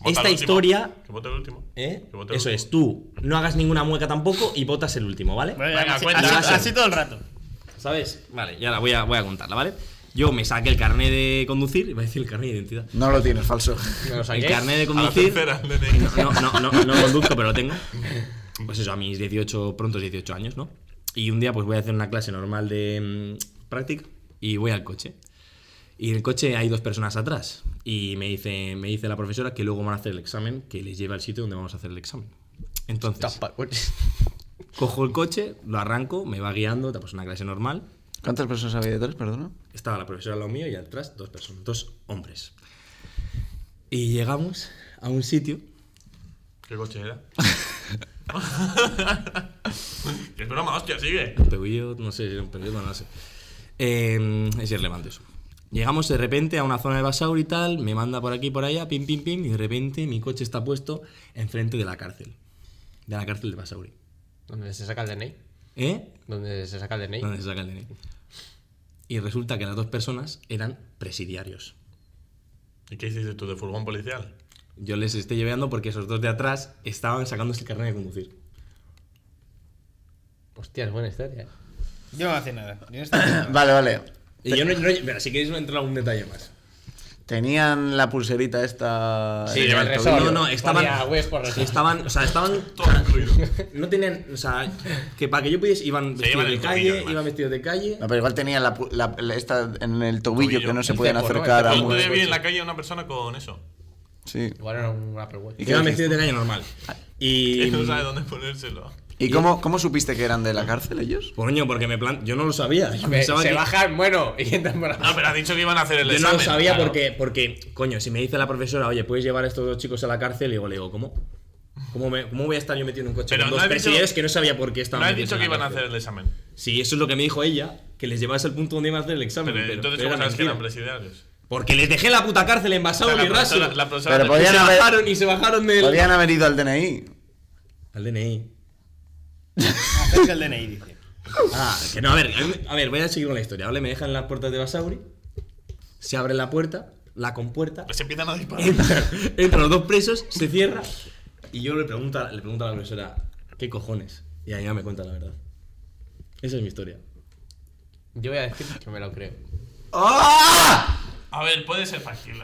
Speaker 3: Vota
Speaker 6: Esta
Speaker 3: el último.
Speaker 6: historia,
Speaker 3: Que vote el último.
Speaker 6: ¿eh?
Speaker 3: Que vote el
Speaker 6: Eso
Speaker 3: último.
Speaker 6: es, tú no hagas ninguna mueca tampoco y votas el último, ¿vale?
Speaker 4: Bueno,
Speaker 3: Venga,
Speaker 4: así,
Speaker 3: cuenta.
Speaker 4: así- así todo el rato.
Speaker 6: ¿Sabes? Vale, ya la voy a, voy a contarla, ¿vale? Yo me saqué el carnet de conducir, iba a decir el carnet de identidad.
Speaker 1: No lo tienes, falso.
Speaker 5: Me lo
Speaker 6: El
Speaker 5: saqué.
Speaker 6: carnet de
Speaker 3: A la
Speaker 6: conducir.
Speaker 3: tercera, el DNI.
Speaker 6: No, no, no, no conduzco, pero lo tengo. Pues eso, a mis 18, prontos 18 años, ¿no? Y un día pues voy a hacer una clase normal de mm, práctica y voy al coche. Y en el coche hay dos personas atrás. Y me dice, me dice la profesora que luego van a hacer el examen, que les lleva al sitio donde vamos a hacer el examen. Entonces, cojo el coche, lo arranco, me va guiando, pues una clase normal.
Speaker 1: ¿Cuántas personas había detrás, perdona?
Speaker 6: Estaba la profesora al lado mío y atrás dos personas, dos hombres. Y llegamos a un sitio
Speaker 3: ¿Qué coche era? es broma, hostia, sigue.
Speaker 6: Peugeot, no sé si era un Peugeot, bueno, no sé. Eh, es irrelevante eso. Llegamos de repente a una zona de Basaur y tal, me manda por aquí por allá, pim, pim, pim, y de repente mi coche está puesto enfrente de la cárcel. De la cárcel de Basauri.
Speaker 5: ¿Dónde se saca el DNI?
Speaker 6: ¿Eh?
Speaker 5: ¿Dónde se saca el DNI?
Speaker 6: Donde se saca el DNI. Y resulta que las dos personas eran presidiarios.
Speaker 3: ¿Y qué hiciste tú de furgón policial?
Speaker 6: Yo les estoy llevando porque esos dos de atrás estaban sacándose el carnet de conducir.
Speaker 5: Hostia, es buena historia. eh.
Speaker 4: Yo no hacía nada. Yo este no estaba-
Speaker 1: Vale, vale.
Speaker 6: Y yo no, no- pero si queréis no entro en algún detalle más.
Speaker 1: Tenían la pulserita esta.
Speaker 5: Sí,
Speaker 1: en
Speaker 5: el
Speaker 1: tobillo.
Speaker 5: resort.
Speaker 6: No, eh. no, estaban.
Speaker 5: Ponía West por resort.
Speaker 6: estaban, o sea, estaban
Speaker 3: Todo incluido.
Speaker 6: No tenían, o sea, que para que yo pudiese, iban vestidos
Speaker 3: iban
Speaker 6: de
Speaker 3: en
Speaker 6: calle,
Speaker 3: tobillo, además.
Speaker 6: iban vestidos de calle.
Speaker 1: No, pero igual tenían la, pu- la- la- esta en el tobillo,
Speaker 3: Tobillo.
Speaker 1: que no se
Speaker 5: El
Speaker 1: podían
Speaker 5: cepo, ¿no? El
Speaker 1: acercar a
Speaker 5: cepo.
Speaker 3: Yo
Speaker 1: mu-
Speaker 3: te vi en la calle a una persona con eso.
Speaker 1: Sí.
Speaker 5: Igual era un Apple Watch.
Speaker 1: ¿Y,
Speaker 6: Iban
Speaker 1: qué-
Speaker 6: vestidos de calle normal.
Speaker 3: Y
Speaker 6: Y.
Speaker 3: no sabe dónde ponérselo.
Speaker 1: ¿y cómo, cómo supiste que eran de la cárcel ellos?
Speaker 6: Coño, porque me plan. Yo no lo sabía. Yo
Speaker 5: Me-
Speaker 6: pensaba
Speaker 5: Eh, se
Speaker 6: que-
Speaker 5: bajan, bueno, y entran por
Speaker 3: No,
Speaker 5: la.
Speaker 3: pero ha dicho que iban a hacer el
Speaker 6: Yo no
Speaker 3: examen.
Speaker 6: lo sabía
Speaker 5: claro.
Speaker 6: porque, porque, coño, si me dice la profesora, oye, puedes llevar a estos dos chicos a la cárcel, y yo le digo, ¿cómo? ¿Cómo, me- ¿Cómo voy a estar yo metido en un coche
Speaker 3: Pero
Speaker 6: con
Speaker 3: no
Speaker 6: dos
Speaker 3: has dicho-
Speaker 6: presidiarios que no sabía por qué estaban
Speaker 3: No has
Speaker 6: metidos
Speaker 3: dicho
Speaker 6: en
Speaker 3: que
Speaker 6: la
Speaker 3: iban a hacer
Speaker 6: cárcel?
Speaker 3: el examen.
Speaker 6: Sí, eso es lo que me dijo ella, que les llevas al punto donde iban a hacer el examen.
Speaker 3: Pero,
Speaker 6: Pero,
Speaker 3: entonces,
Speaker 6: pero
Speaker 3: ¿cómo
Speaker 6: era
Speaker 3: sabes que eran
Speaker 6: mentira.
Speaker 3: presidarios?
Speaker 6: Porque les dejé la puta cárcel en Basado
Speaker 3: la
Speaker 6: y Raso.
Speaker 3: profesora, la profesora te-
Speaker 1: Pero podía-
Speaker 6: Se
Speaker 1: Podían haber-
Speaker 6: bajaron y se bajaron del.
Speaker 1: Podían haber ido al DNI.
Speaker 6: Al DNI.
Speaker 4: Acerca el DNI, dice.
Speaker 6: Ah, que no, a ver, a mí- a ver, voy a seguir con la historia, ¿vale? Me dejan en las puertas de Basauri, se abre la puerta, la compuerta,
Speaker 3: Pues empiezan a disparar.
Speaker 6: entran, entran los dos presos, se cierra, y yo le pregunto, a- le pregunto a la profesora, ¿qué cojones? Y ahí ya me cuenta la verdad. Esa es mi historia.
Speaker 5: Yo voy a decir que me lo creo.
Speaker 1: ¡Ah!
Speaker 3: A ver, puede ser factible.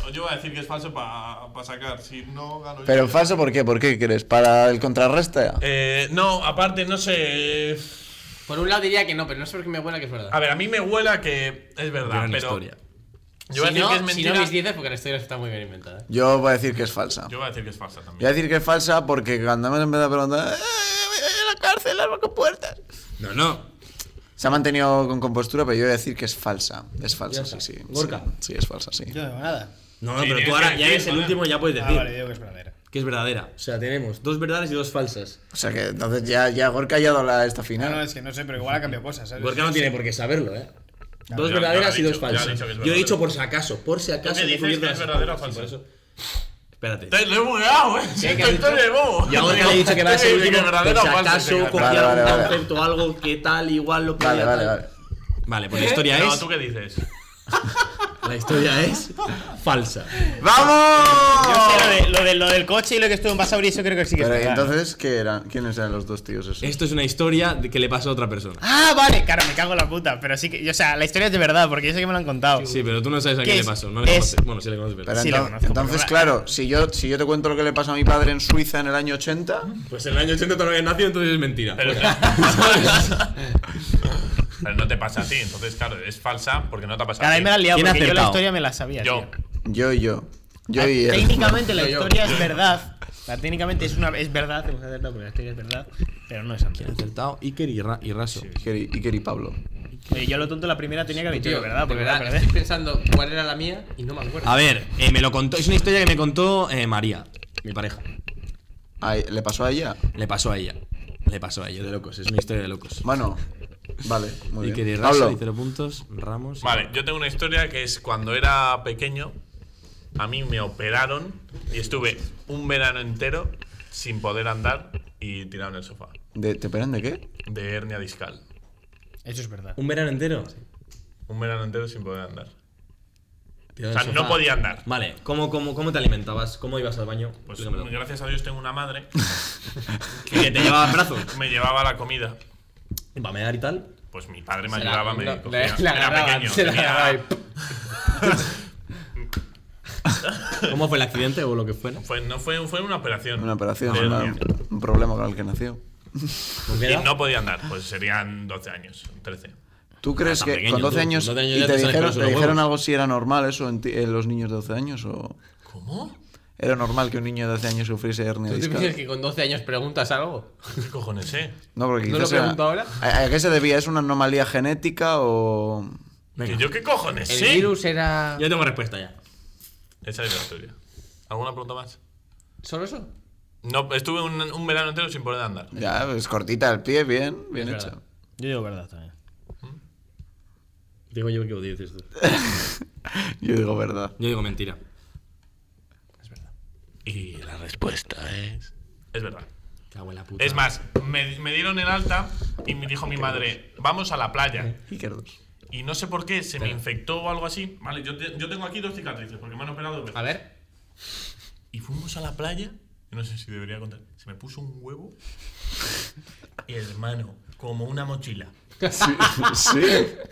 Speaker 3: pero Yo voy a decir que es falso para sacar. Si no gano yo.
Speaker 1: Pero falso, ¿por qué? ¿Por qué crees? ¿Para el contrarresta?
Speaker 3: Eh, no, aparte, no sé.
Speaker 5: Por un lado diría que no, pero no es porque me huela que es verdad.
Speaker 3: A ver, a mí me huela que es verdad,
Speaker 6: Gran
Speaker 3: Ah, pero.
Speaker 6: historia.
Speaker 5: si,
Speaker 3: Yo voy a decir
Speaker 5: no,
Speaker 3: que es mentira.
Speaker 5: si no mis dices, porque la historia está muy bien inventada.
Speaker 1: Yo voy a decir que es falsa.
Speaker 3: yo voy a decir que es falsa
Speaker 1: Voy a
Speaker 3: también.
Speaker 1: decir que es falsa porque cuando me empezado a preguntar. "Eh, la cárcel, las puertas!
Speaker 6: No, no.
Speaker 1: Se ha mantenido con compostura, pero yo voy a decir que es falsa. Es falsa,
Speaker 6: Ya
Speaker 1: sí,
Speaker 6: está.
Speaker 1: sí.
Speaker 6: Gorka.
Speaker 1: Sí, sí, es falsa, sí.
Speaker 4: Yo no digo nada.
Speaker 6: No,
Speaker 3: Sí,
Speaker 6: pero
Speaker 3: tienes
Speaker 6: tú ahora
Speaker 3: que
Speaker 6: ya
Speaker 3: decir,
Speaker 6: eres el
Speaker 3: joder.
Speaker 6: último, ya puedes
Speaker 4: Ah,
Speaker 6: decir
Speaker 4: vale, digo que es verdadera.
Speaker 6: que es verdadera. O sea, tenemos dos verdades y dos falsas.
Speaker 1: O sea que entonces ya, ya Gorka ha hallado la, esta
Speaker 4: No, no,
Speaker 1: final.
Speaker 4: es que no sé, pero igual ha cambiado cosas, ¿sabes?
Speaker 6: Gorka no tiene por qué saberlo, ¿eh? Dos
Speaker 3: ya-
Speaker 6: verdaderas
Speaker 3: ya
Speaker 6: y
Speaker 3: lo ha dicho, ya
Speaker 6: dos
Speaker 3: lo ha
Speaker 6: falsas.
Speaker 3: dicho que es
Speaker 6: Yo he
Speaker 3: verdadero.
Speaker 6: dicho por si acaso, por si acaso.
Speaker 3: dices
Speaker 6: cubierto
Speaker 3: que es
Speaker 6: las
Speaker 3: verdadero o
Speaker 6: apuestas,
Speaker 3: falso?
Speaker 6: por eso. Espérate.
Speaker 3: Te- Lo he bugueado, eh.
Speaker 5: ¿Qué? ¿Qué
Speaker 3: Esto
Speaker 5: has
Speaker 3: esto
Speaker 5: dicho?
Speaker 3: le bobo.
Speaker 6: Y ahora que he dicho que va a ser
Speaker 3: Dice
Speaker 6: último,
Speaker 3: es verdadero
Speaker 6: por si
Speaker 3: o falso, sí,
Speaker 6: acaso
Speaker 3: claro.
Speaker 1: coge-
Speaker 6: cogía
Speaker 1: Vale,
Speaker 6: algún
Speaker 1: vale, vale.
Speaker 6: concepto, algo que tal, igual lo
Speaker 1: Vale,
Speaker 6: podía
Speaker 1: vale,
Speaker 6: tal.
Speaker 1: vale.
Speaker 6: Vale, pues la historia
Speaker 3: ¿Eh? No,
Speaker 6: es.
Speaker 3: ¿tú qué dices?
Speaker 6: La historia es. falsa.
Speaker 4: Yo sé lo,
Speaker 1: ¡Vamos!
Speaker 4: de- lo de- lo del coche y lo que estuvo en Basauri, eso creo que sí que
Speaker 1: Pero
Speaker 4: es
Speaker 1: ¿y
Speaker 4: verdad.
Speaker 1: entonces, ¿qué eran? ¿quiénes eran los dos tíos esos?
Speaker 6: Esto es una historia de que le pasa a otra persona.
Speaker 4: Ah, vale, claro, me cago en la puta. Pero sí que, o sea, la historia es de verdad, porque yo sé que me lo han contado.
Speaker 6: Sí, pero tú no sabes a
Speaker 4: ¿Qué
Speaker 6: quién le
Speaker 4: es?
Speaker 6: pasó. No le
Speaker 4: Es-
Speaker 6: conoces. Bueno, sí le conoces, pero.
Speaker 1: Pero
Speaker 4: Sí,
Speaker 1: enton-
Speaker 4: lo conozco,
Speaker 1: entonces,
Speaker 4: pero-
Speaker 1: claro, si yo, si yo te cuento lo que le pasó a mi padre en Suiza en el año 80,
Speaker 6: Pues en el año 80 todavía nació, entonces es mentira. Pues,
Speaker 3: Pero,
Speaker 6: Fuera.
Speaker 3: Pero no te pasa a ti, entonces, claro, es falsa porque no te ha pasado.
Speaker 4: Cada
Speaker 3: a
Speaker 4: vez
Speaker 3: ti.
Speaker 4: me la han liado,
Speaker 6: ¿Quién ha
Speaker 4: porque yo la
Speaker 6: acertado?
Speaker 4: historia me la sabía.
Speaker 3: Yo.
Speaker 4: tío.
Speaker 1: yo y yo. Yo y él.
Speaker 4: Técnicamente la historia es verdad, La, técnicamente es, una, es verdad, hemos acertado porque la teoría es verdad, pero no es amplia.
Speaker 6: Acertado Iker y, Ra- y Raso.
Speaker 1: Iker y, Iker y Pablo.
Speaker 4: Oye, yo a lo tonto la primera tenía que haber dicho,
Speaker 5: Tío,
Speaker 4: ¿verdad?
Speaker 5: de
Speaker 4: Porque voy a
Speaker 5: verdad,
Speaker 4: perder.
Speaker 5: estoy pensando cuál era la mía y no me acuerdo.
Speaker 6: A ver, eh, me lo contó. Es una historia que me contó eh, María, mi pareja.
Speaker 1: Ay, ¿Le pasó a ella?
Speaker 6: Le pasó a ella. Le pasó a ella, de locos. Es una historia de locos.
Speaker 1: Bueno, vale, muy
Speaker 6: Iker y
Speaker 1: bien.
Speaker 6: Raso,
Speaker 1: Pablo,
Speaker 6: y cero puntos. Ramos. y-
Speaker 3: Vale, yo tengo una historia que es cuando era pequeño, a mí me operaron y estuve un verano entero sin poder andar y tirado en el sofá.
Speaker 1: ¿de- ¿te operan de qué?
Speaker 3: De hernia discal.
Speaker 4: Eso es verdad.
Speaker 6: ¿Un verano entero?
Speaker 3: Un verano entero sin poder andar.
Speaker 6: Tirado
Speaker 3: O sea,
Speaker 6: en el sofá.
Speaker 3: no podía andar.
Speaker 6: Ah. Vale, ¿cómo, cómo, cómo te alimentabas? ¿Cómo ibas al baño?
Speaker 3: Pues
Speaker 6: Explícamelo.
Speaker 3: gracias a Dios tengo una madre
Speaker 6: que te llevaba brazos.
Speaker 3: me llevaba la comida.
Speaker 6: Para mear y tal.
Speaker 3: Pues mi padre me
Speaker 5: Se la-
Speaker 3: ayudaba, me
Speaker 5: la-
Speaker 3: cogía.
Speaker 5: la- la
Speaker 3: era
Speaker 5: agarraba,
Speaker 3: pequeño.
Speaker 5: se la
Speaker 3: tenía-
Speaker 5: agarraba y-
Speaker 6: ¿Cómo fue el accidente o lo que fuera?
Speaker 3: fue, no fue, fue una operación.
Speaker 1: Una operación,
Speaker 3: de
Speaker 1: una-
Speaker 3: hernia.
Speaker 1: un problema con el que nació.
Speaker 6: ¿Con qué
Speaker 3: Y
Speaker 6: edad?
Speaker 3: no podía andar, pues serían 12 años, 13.
Speaker 1: ¿Tú crees
Speaker 6: Ah, tan
Speaker 1: que
Speaker 6: pequeño,
Speaker 1: con 12
Speaker 6: tú.
Speaker 1: años,
Speaker 6: Con 12 años
Speaker 1: y
Speaker 6: ya
Speaker 1: te
Speaker 6: te salen
Speaker 1: dijeron,
Speaker 6: pelos
Speaker 1: te
Speaker 6: en los
Speaker 1: dijeron
Speaker 6: huevos.
Speaker 1: algo si era normal eso en, ti- en los niños de 12 años o
Speaker 3: ¿Cómo?
Speaker 1: era normal que un niño de 12 años sufriese hernia
Speaker 5: ¿Tú te
Speaker 1: discal?
Speaker 5: piensas que con 12 años preguntas algo?
Speaker 3: ¿Qué cojones, eh?
Speaker 1: No, porque
Speaker 5: ¿No
Speaker 1: quizás
Speaker 5: lo
Speaker 1: era-
Speaker 5: pregunto ahora?
Speaker 1: ¿A, a qué se debía? ¿Es una anomalía genética o
Speaker 3: ¿Que yo qué cojones,
Speaker 5: El
Speaker 3: sé?
Speaker 5: virus era.
Speaker 6: Ah. Yo tengo respuesta ya.
Speaker 3: Esa es la historia. ¿Alguna pregunta más?
Speaker 5: ¿Solo eso?
Speaker 3: No, estuve un, un verano entero sin poder andar.
Speaker 1: ya es cortita el pie, bien, bien
Speaker 6: Es
Speaker 1: hecho.
Speaker 6: verdad.
Speaker 4: Yo digo verdad también.
Speaker 6: Digo yo que dices tú.
Speaker 1: Yo digo verdad.
Speaker 6: Yo digo mentira.
Speaker 3: Y la respuesta es. Es verdad.
Speaker 6: Cago en la puta.
Speaker 3: Es más, me, me dieron el alta y me dijo mi madre, vamos a la playa.
Speaker 5: Eh,
Speaker 1: Izquierdos.
Speaker 3: Y no sé por qué, se me infectó o algo así. Vale, yo, te- yo tengo aquí dos cicatrices porque me han operado dos veces.
Speaker 5: A ver.
Speaker 3: Y fuimos a la playa. Yo no sé si debería contar. Se me puso un huevo. Hermano, como una mochila.
Speaker 1: Sí, sí.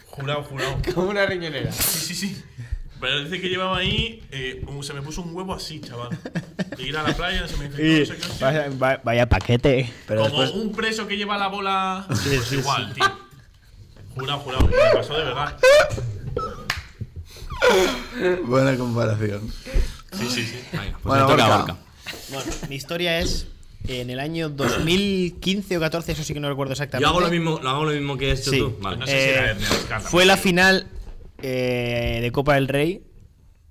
Speaker 3: Jurado, jurado.
Speaker 5: Como una riñonera.
Speaker 3: Sí, sí, sí. Parece que llevaba ahí. eh, un- se me puso un huevo así, chaval. De ir a la playa, se me infectó. no sé qué, no sé.
Speaker 4: vaya, va- vaya paquete.
Speaker 1: Pero
Speaker 3: Como
Speaker 1: después,
Speaker 3: un preso que lleva la bola. pues
Speaker 4: sí,
Speaker 3: igual, tío. Jurado, jurado. Me pasó de verdad.
Speaker 1: buena comparación.
Speaker 3: Sí, sí, sí.
Speaker 6: Venga, pues
Speaker 1: Bueno,
Speaker 6: le toca a
Speaker 1: Gorka.
Speaker 6: Gorka.
Speaker 4: Bueno, mi historia es en el año 2015 o 14, eso sí que no recuerdo exactamente.
Speaker 6: Yo hago lo mismo, lo hago lo mismo que has hecho
Speaker 4: Sí.
Speaker 6: tú. Vale.
Speaker 3: No sé si era
Speaker 4: Eh,
Speaker 3: hernia discal, tampoco.
Speaker 4: Fue la final eh, de Copa del Rey.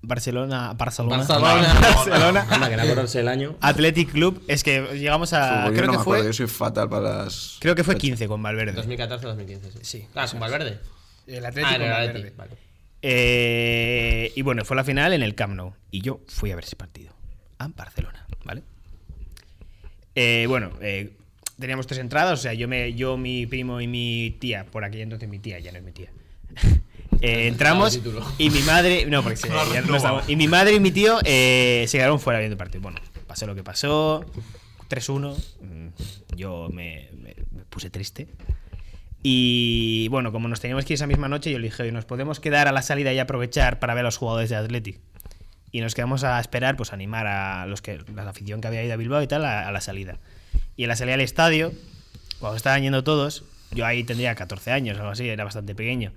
Speaker 4: Barcelona, Barcelona.
Speaker 5: Barcelona.
Speaker 4: Barcelona.
Speaker 6: Anda, que era acordarse el año.
Speaker 4: Athletic Club. Es que llegamos a.
Speaker 1: Fútbol, yo
Speaker 4: Ah, creo,
Speaker 1: no
Speaker 4: que
Speaker 1: me
Speaker 4: fue,
Speaker 1: acuerdo, yo soy fatal para las.
Speaker 4: creo que fue 15 con Valverde.
Speaker 5: 2014-2015.
Speaker 4: Sí.
Speaker 5: Ah, con Valverde.
Speaker 4: El
Speaker 5: Ah,
Speaker 4: Atlético
Speaker 5: en el Atleti. Vale.
Speaker 4: Eh, y bueno, fue la final en el Camp Nou. Y yo fui a ver ese partido. A Barcelona, ¿vale? Eh, bueno, eh, teníamos tres entradas. O sea, yo, me, yo, mi primo y mi tía. Por aquí entonces mi tía, ya no es mi tía. Eh, entramos
Speaker 5: El título.
Speaker 4: y mi madre. No, porque se-
Speaker 3: Claro,
Speaker 4: ya no
Speaker 3: no.
Speaker 4: estaba- Y mi madre y mi tío eh, se quedaron fuera viendo el partido. Bueno, pasó lo que pasó. 3-1. mm, Yo me- me- me puse triste. Y bueno, como nos teníamos que ir esa misma noche, yo le dije, "Oye, nos podemos quedar a la salida y aprovechar para ver a los jugadores de Athletic. Y nos quedamos a esperar, pues a animar a los que, la afición que había ido a Bilbao y tal a, a la salida. Y en la salida del estadio, cuando estaban yendo todos, yo ahí tendría 14 años o algo así, era bastante pequeño.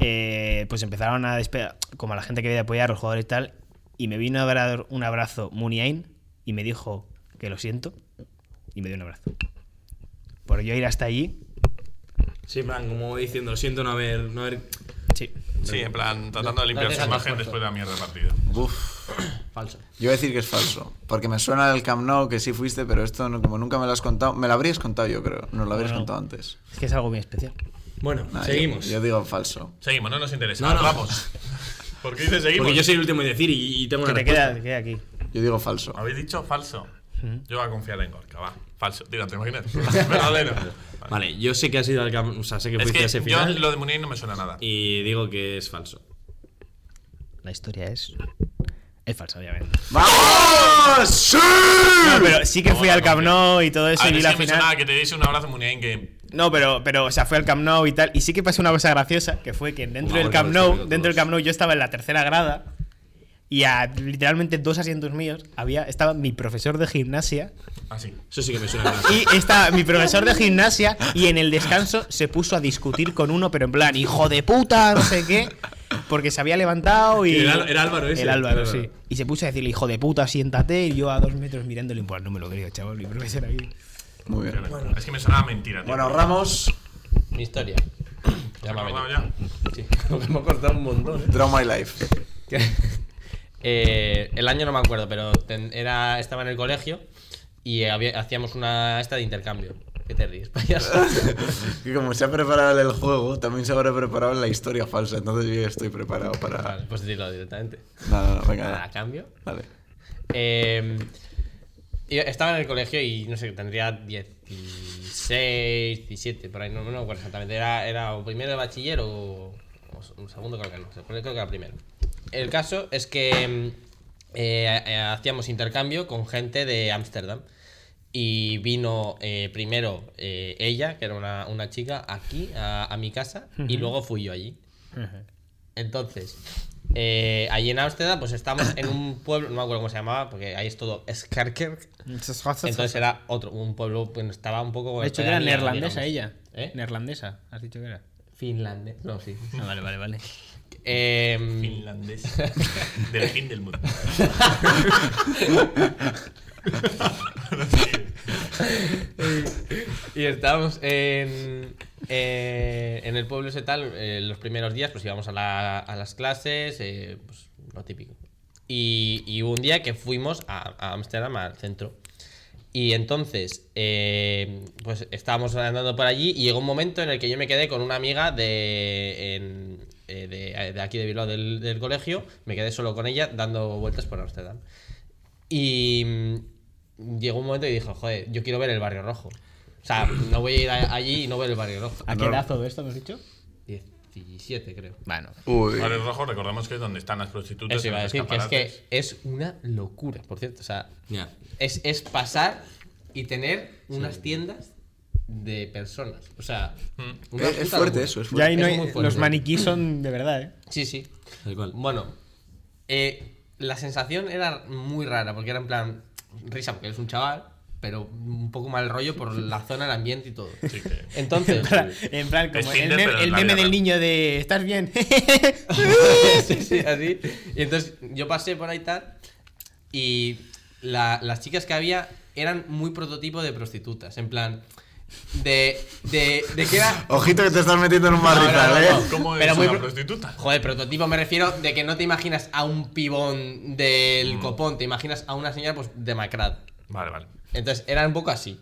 Speaker 4: eh, pues empezaron a despegar, como a la gente que había de apoyar, los jugadores y tal. Y me vino a dar un abrazo Muniain y me dijo que lo siento. Y me dio un abrazo. Por yo ir hasta allí.
Speaker 6: Sí, en plan, como diciendo, siento no haber. No haber...
Speaker 4: Sí.
Speaker 3: Sí, en plan, tratando de limpiar
Speaker 5: no
Speaker 3: su
Speaker 5: dejas
Speaker 3: imagen
Speaker 5: esfuerzo.
Speaker 3: después de la mierda de partido.
Speaker 1: Uf.
Speaker 5: Falso.
Speaker 1: Yo voy a decir que es falso. Porque me suena el Camp Nou que sí fuiste, pero esto no- como nunca me lo has contado. Me lo habrías contado yo, creo. Nos lo habrías
Speaker 4: Bueno.
Speaker 1: contado antes.
Speaker 4: Es que es algo muy especial.
Speaker 6: Bueno,
Speaker 1: Nah, yo-
Speaker 6: seguimos.
Speaker 1: Yo, digo falso.
Speaker 3: Seguimos, no nos interesa.
Speaker 6: No, no.
Speaker 3: Vamos. ¿Por qué dices seguimos?
Speaker 6: Porque yo soy el último en decir y, y tengo
Speaker 4: Que
Speaker 6: una
Speaker 4: te
Speaker 6: respuesta.
Speaker 4: queda, te queda aquí.
Speaker 1: Yo digo falso.
Speaker 4: Ah,
Speaker 3: Habéis dicho falso. Yo voy a confiar en Gorka, va. Falso. Digo, ¿te imaginas? Verdadero.
Speaker 6: Vale, yo sé que has ido al camp. O sea, sé que
Speaker 3: Es
Speaker 6: fuiste a ese
Speaker 3: que yo
Speaker 6: final.
Speaker 3: lo de Munir no me suena a nada.
Speaker 6: Y digo que es falso.
Speaker 4: La historia es. Es falsa, obviamente.
Speaker 1: ¡Vamos! ¡Sí!
Speaker 4: No, pero sí que
Speaker 3: Vamos
Speaker 4: fui
Speaker 3: a
Speaker 4: al Camp
Speaker 3: confiar.
Speaker 4: Nou y todo eso
Speaker 3: Ah, A
Speaker 4: y
Speaker 3: mí es
Speaker 4: vi la
Speaker 3: que me suena
Speaker 4: final.
Speaker 3: a que te diese un abrazo Muniain que.
Speaker 4: No, pero, pero, o sea, fui al Camp Nou y tal. Y sí que pasó una cosa graciosa, que fue que dentro
Speaker 6: Vamos,
Speaker 4: del Camp
Speaker 6: vamos,
Speaker 4: Nou,
Speaker 6: vamos,
Speaker 4: dentro del
Speaker 6: todos.
Speaker 4: Camp Nou yo estaba en la tercera grada y a literalmente dos asientos míos había estaba mi profesor de gimnasia
Speaker 3: Así.
Speaker 6: Eso sí que me suena. a-
Speaker 4: y estaba mi profesor de gimnasia y en el descanso se puso a discutir con uno, pero en plan, hijo de puta, no sé qué. porque se había levantado y.
Speaker 6: Era- era Álvaro ese.
Speaker 4: El Álvaro,
Speaker 6: Era Álvaro.
Speaker 4: sí. Y se puso a decirle, hijo de puta, siéntate. Y yo a dos metros mirándole, pues no me lo creo, chaval. Mi profesor aquí.
Speaker 1: Muy bien.
Speaker 3: Es que me sonaba mentira, tío.
Speaker 1: Bueno, Ramos,
Speaker 5: Mi historia. Ya me ha
Speaker 3: Bueno,
Speaker 5: venido.
Speaker 3: ya.
Speaker 5: Sí, porque hemos cortado un montón. ¿eh?
Speaker 1: Draw My Life.
Speaker 5: Eh, el año no me acuerdo, pero ten- era, estaba en el colegio y había- hacíamos una esta de intercambio. ¿Qué te ríes, payaso?
Speaker 1: Que como se ha preparado el juego, también se habrá preparado la historia falsa. Entonces yo ya estoy preparado para.
Speaker 5: vale, Ah, pues dilo directamente.
Speaker 1: No, no, no,
Speaker 5: A
Speaker 1: venga.
Speaker 5: cambio.
Speaker 1: Vale.
Speaker 5: Eh, y estaba en el colegio y no sé, tendría 16, 17, por ahí, no, no me acuerdo exactamente. Era, era o primero de bachiller o, o s- un segundo, creo que no, sé, creo que era primero. El caso es que mm, eh, eh, hacíamos intercambio con gente de Ámsterdam. Y vino eh, primero eh, ella, que era una, una chica, aquí, a, a mi casa, y luego fui yo allí. Entonces, eh, allí en Ámsterdam, pues estamos en un pueblo, no me acuerdo cómo se llamaba, porque ahí es todo Skerkerk. Entonces era otro, un pueblo, pues estaba un poco.
Speaker 4: De hecho, que era
Speaker 5: pedanía,
Speaker 4: neerlandesa
Speaker 5: digamos.
Speaker 4: ella.
Speaker 5: ¿Eh?
Speaker 4: Neerlandesa, has dicho que era.
Speaker 5: Finlandés. No, sí.
Speaker 4: Ah, vale, vale, vale.
Speaker 5: Em,
Speaker 3: Finlandés. Del fin del mundo.
Speaker 5: y estábamos en, eh, en el pueblo ese tal, eh, los primeros días pues íbamos a, la- a las clases, eh, pues, lo típico. Y, y hubo un día que fuimos a a Ámsterdam, al centro. Y entonces, eh, pues estábamos andando por allí y llegó un momento en el que yo me quedé con una amiga de, en- eh, de, de aquí de Bilbao del, del colegio, me quedé solo con ella dando vueltas por Ámsterdam. Y mm, llegó un momento y dijo, joder, yo quiero ver el Barrio Rojo. O sea, no voy a ir a- allí y no ver el Barrio Rojo.
Speaker 4: ¿A qué edad todo esto me has dicho?
Speaker 5: 17, creo.
Speaker 4: Bueno.
Speaker 1: Uy.
Speaker 3: Barrio Rojo, recordamos que es donde están las prostitutas.
Speaker 5: Eso iba a
Speaker 3: en los
Speaker 5: decir, que es que
Speaker 3: escaparates.
Speaker 5: es una locura, por cierto. O sea,
Speaker 6: Ya.
Speaker 5: es, es pasar y tener unas tiendas de personas. O sea, una
Speaker 1: Eh, Es, es
Speaker 5: puta
Speaker 1: fuerte
Speaker 5: locura.
Speaker 1: eso, es
Speaker 4: Ya
Speaker 1: fuerte.
Speaker 4: ahí no
Speaker 5: Es
Speaker 4: hay-
Speaker 5: muy fuerte.
Speaker 4: los maniquís son de verdad, ¿eh?
Speaker 5: Sí, sí.
Speaker 6: Tal cual.
Speaker 5: Bueno, eh, la sensación era muy rara, porque era en plan risa, porque eres un chaval, pero un poco mal rollo por la zona, el ambiente y todo.
Speaker 3: Sí, que-
Speaker 5: Entonces,
Speaker 4: En plan, como
Speaker 3: Es
Speaker 4: el,
Speaker 3: Tinder,
Speaker 4: meme-
Speaker 3: pero en
Speaker 4: el
Speaker 3: la
Speaker 4: meme
Speaker 3: vida
Speaker 4: del
Speaker 3: real.
Speaker 4: niño de ¿estás bien?
Speaker 5: sí, sí, así. Y entonces yo pasé por ahí tal. Y la- las chicas que había eran muy prototipo de prostitutas. En plan, de, de, de que era.
Speaker 1: Ojito que te estás metiendo en un barrizal,
Speaker 5: no, no, no.
Speaker 1: ¿eh?
Speaker 3: ¿Cómo es
Speaker 5: Pero muy
Speaker 3: una
Speaker 5: pro-
Speaker 3: prostituta?
Speaker 5: Joder, prototipo me refiero de que no te imaginas a un pibón del
Speaker 3: Mm.
Speaker 5: copón, te imaginas a una señora pues demacrada.
Speaker 3: Vale, vale.
Speaker 5: Entonces era un poco así.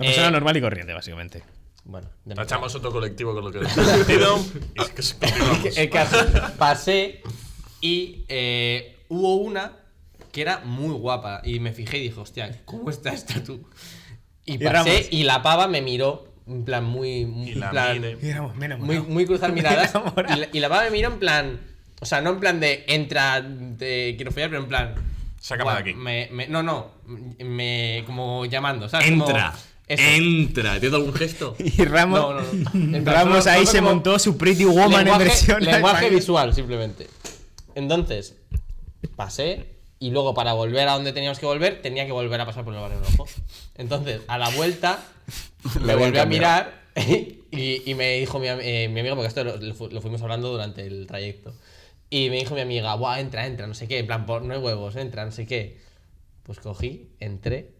Speaker 4: Una persona
Speaker 5: Eh,
Speaker 4: normal y corriente, básicamente.
Speaker 5: Bueno, demacrada.
Speaker 3: Tachamos otro colectivo con lo que hemos sentido. y es que se- continuamos.
Speaker 5: El caso, pasé y eh, hubo una que era muy guapa. Y me fijé y dije, hostia, ¿cómo está esta tú? Y
Speaker 4: Ramos.
Speaker 5: pasé y, la pava me miró, en plan muy. muy
Speaker 3: Y la
Speaker 5: en plan,
Speaker 3: mire.
Speaker 4: Digamos, menos
Speaker 5: muy, muy cruzar miradas.
Speaker 4: enamorado.
Speaker 5: y, la, y la pava me miró en plan. O sea, no en plan de entra, te quiero follar, pero en plan.
Speaker 3: Sácame
Speaker 5: "Guau,
Speaker 3: de aquí".
Speaker 5: me- me- no, no. Me, como llamando, ¿sabes? Como
Speaker 6: Entra.
Speaker 5: eso.
Speaker 6: Entra. ¿Te algún gesto?
Speaker 4: Y Ramos,
Speaker 5: No, no, no. En plan,
Speaker 4: Ramos
Speaker 5: solo-
Speaker 4: ahí
Speaker 5: solo
Speaker 4: se
Speaker 5: como-
Speaker 4: montó su Pretty Woman en versión
Speaker 5: lenguaje
Speaker 4: español.
Speaker 5: visual, simplemente. Entonces, pasé y luego para volver a donde teníamos que volver, tenía que volver a pasar por el barrio rojo. Entonces, a la vuelta,
Speaker 1: Le
Speaker 5: me
Speaker 1: habían
Speaker 5: volví a
Speaker 1: cambiado.
Speaker 5: mirar y, y me dijo mi, am- eh, mi amiga, porque esto lo, lo fu- lo fuimos hablando durante el trayecto. Y me dijo mi amiga, Buah, entra, entra, no sé qué, en plan, por, no hay huevos, entra, no sé qué. Pues cogí, entré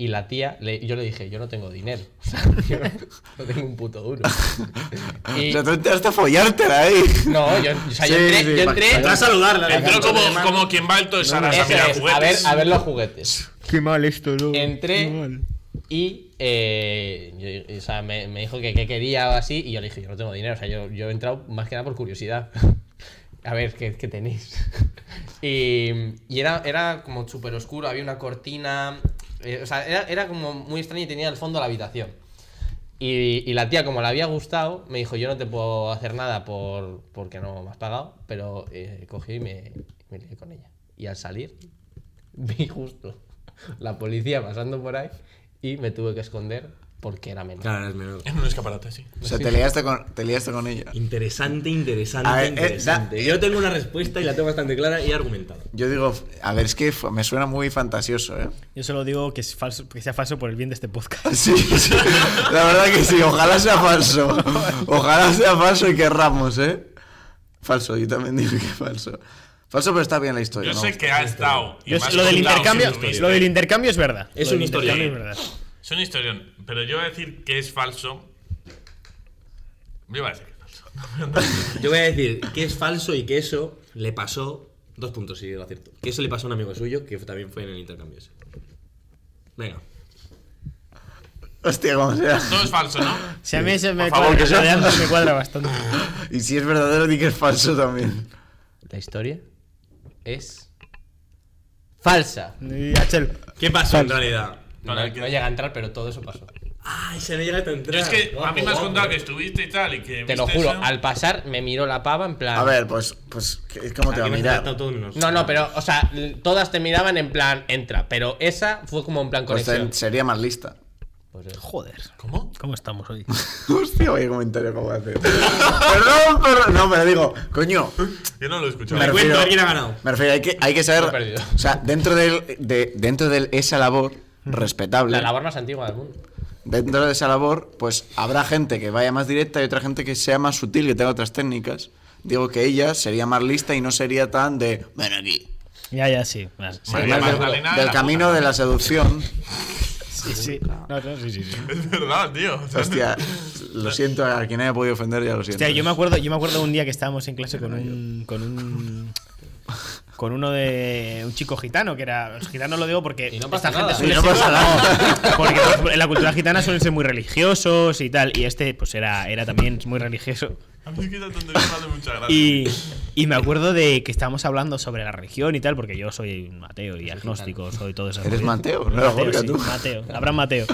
Speaker 5: y la tía, le- yo le dije, yo no tengo dinero. O sea, yo no, no tengo un puto duro.
Speaker 1: O sea, tú te has de follártela ahí.
Speaker 5: No, yo, o sea, yo
Speaker 1: Sí,
Speaker 5: entré.
Speaker 1: sí,
Speaker 5: yo entré-
Speaker 6: Entra a saludarla.
Speaker 3: Entró como,
Speaker 6: Además,
Speaker 3: como quien va al todo
Speaker 5: Eso
Speaker 3: a mirar
Speaker 5: es, a ver,
Speaker 3: juguetes.
Speaker 5: a ver los juguetes.
Speaker 4: Qué mal esto, ¿no?
Speaker 5: Entré
Speaker 4: Qué mal.
Speaker 5: y eh, yo- o sea, me, me dijo que, que quería o así y yo le dije, yo no tengo dinero. O sea, yo, yo he entrado más que nada por curiosidad. A ver, ¿qué, qué tenéis? Y, y era, era como súper oscuro, había una cortina. eh, o sea, era, era como muy extraño y tenía el fondo la habitación. Y, y la tía, como le había gustado, me dijo, yo no te puedo hacer nada por, porque no me has pagado, pero eh, cogí y me, me lié con ella. Y al salir, vi justo la policía pasando por ahí y me tuve que esconder porque era menor.
Speaker 6: Claro, es menor.
Speaker 3: En un escaparate, sí.
Speaker 1: O sea, te liaste con, te liaste con ella.
Speaker 6: Interesante,
Speaker 1: A
Speaker 6: interesante,
Speaker 1: ver, eh,
Speaker 6: interesante.
Speaker 1: da-
Speaker 6: Yo tengo una respuesta y la tengo bastante clara y argumentada.
Speaker 1: Yo digo, a ver, es que f- me suena muy fantasioso, ¿eh?
Speaker 4: Yo solo digo que, es falso, que sea falso por el bien de este podcast.
Speaker 1: Sí, sí. La verdad que sí, ojalá sea falso. Ojalá sea falso y que Ramos, ¿eh? Falso, yo también digo que falso. Falso, pero está bien la historia.
Speaker 3: Yo
Speaker 1: ¿no?
Speaker 3: sé que ha estado. y
Speaker 4: Yo-
Speaker 3: más
Speaker 4: lo, del
Speaker 3: con Laos,
Speaker 4: intercambio,
Speaker 3: si estuviste.
Speaker 4: lo del intercambio es verdad.
Speaker 6: Es
Speaker 4: Lo del
Speaker 6: una historia.
Speaker 4: intercambio es verdad.
Speaker 3: Es un historión, pero yo voy a decir que es falso. Yo voy a decir que es falso.
Speaker 6: Yo voy a decir que es falso y que eso le pasó. Dos puntos, si lo acierto. Que eso le pasó a un amigo suyo que también fue en el intercambio ese. Venga.
Speaker 1: Hostia, ¿cómo será?
Speaker 3: Todo es falso, ¿no?
Speaker 4: Si a mí se me
Speaker 3: Por favor,
Speaker 4: cuadra,
Speaker 3: que sea
Speaker 4: la de Andor me cuadra bastante.
Speaker 1: Y si es verdadero, di que es falso también.
Speaker 5: La historia es. falsa.
Speaker 4: Y Achel,
Speaker 6: ¿Qué pasó en realidad?
Speaker 5: No,
Speaker 3: Para
Speaker 5: no,
Speaker 3: que-
Speaker 5: no llega a entrar, pero todo eso pasó.
Speaker 6: Ay, se me llega a entrar.
Speaker 3: Yo es que a mí me has
Speaker 6: Guapo, eh.
Speaker 3: contado
Speaker 6: guapo.
Speaker 3: que estuviste y tal y que.
Speaker 5: Te lo
Speaker 3: viste
Speaker 5: juro,
Speaker 3: eso.
Speaker 5: al pasar me miró la pava en plan.
Speaker 1: A ver, pues, pues ¿cómo te va a
Speaker 6: Aquí me
Speaker 1: mirar?
Speaker 6: han tratado todos unos-
Speaker 5: No, no, pero, o sea, l- todas te miraban en plan, entra. Pero esa fue como en plan
Speaker 1: Pues
Speaker 5: conexión.
Speaker 1: ten- sería más lista.
Speaker 5: Pues eso.
Speaker 4: joder.
Speaker 3: ¿Cómo?
Speaker 4: ¿Cómo estamos hoy?
Speaker 1: Hostia, vaya comentario como hacer. perdón, perdón. No, pero digo, coño,
Speaker 3: Yo no lo he escuchado.
Speaker 1: Me Pero-
Speaker 6: Te cuento, a ver quién ha ganado.
Speaker 1: me refiero, hay que, hay que
Speaker 5: Lo
Speaker 1: saber.
Speaker 5: he perdido.
Speaker 1: O sea, dentro del- de, dentro del esa labor respetable.
Speaker 5: La labor más antigua del mundo.
Speaker 1: dentro de esa labor, pues habrá gente que vaya más directa y otra gente que sea más sutil, que tenga otras técnicas. Digo que ella sería más lista y no sería tan de, ven aquí.
Speaker 4: Ya, ya, sí. Más-
Speaker 3: María
Speaker 1: Más del,
Speaker 3: Magdalena
Speaker 1: del
Speaker 3: la
Speaker 1: camino
Speaker 3: puta.
Speaker 1: de la seducción.
Speaker 4: Sí, sí. No, no, sí, sí, sí.
Speaker 3: Es verdad, tío. O sea,
Speaker 1: Hostia, lo siento a quien haya podido ofender, ya lo siento.
Speaker 4: Hostia, yo me acuerdo, yo me acuerdo un día que estábamos en clase con un. con un. con uno de. un chico gitano, que era. Gitano lo digo porque.
Speaker 5: Y no pasa
Speaker 4: esta
Speaker 5: nada.
Speaker 4: suele
Speaker 1: Y no
Speaker 4: ser-
Speaker 1: pasa nada.
Speaker 4: No, porque por ejemplo, en la cultura gitana suelen ser muy religiosos y tal. Y este, pues era, era también muy religioso.
Speaker 3: A mí es que esa tontería me hace mucha gracia.
Speaker 4: Y, y me acuerdo de que estábamos hablando sobre la religión y tal, porque yo soy un ateo y agnóstico, soy todo eso.
Speaker 1: Eres Mateo,
Speaker 4: Mateo,
Speaker 1: no era Gorka,
Speaker 4: sí,
Speaker 1: tú.
Speaker 4: Mateo, Abraham Mateo.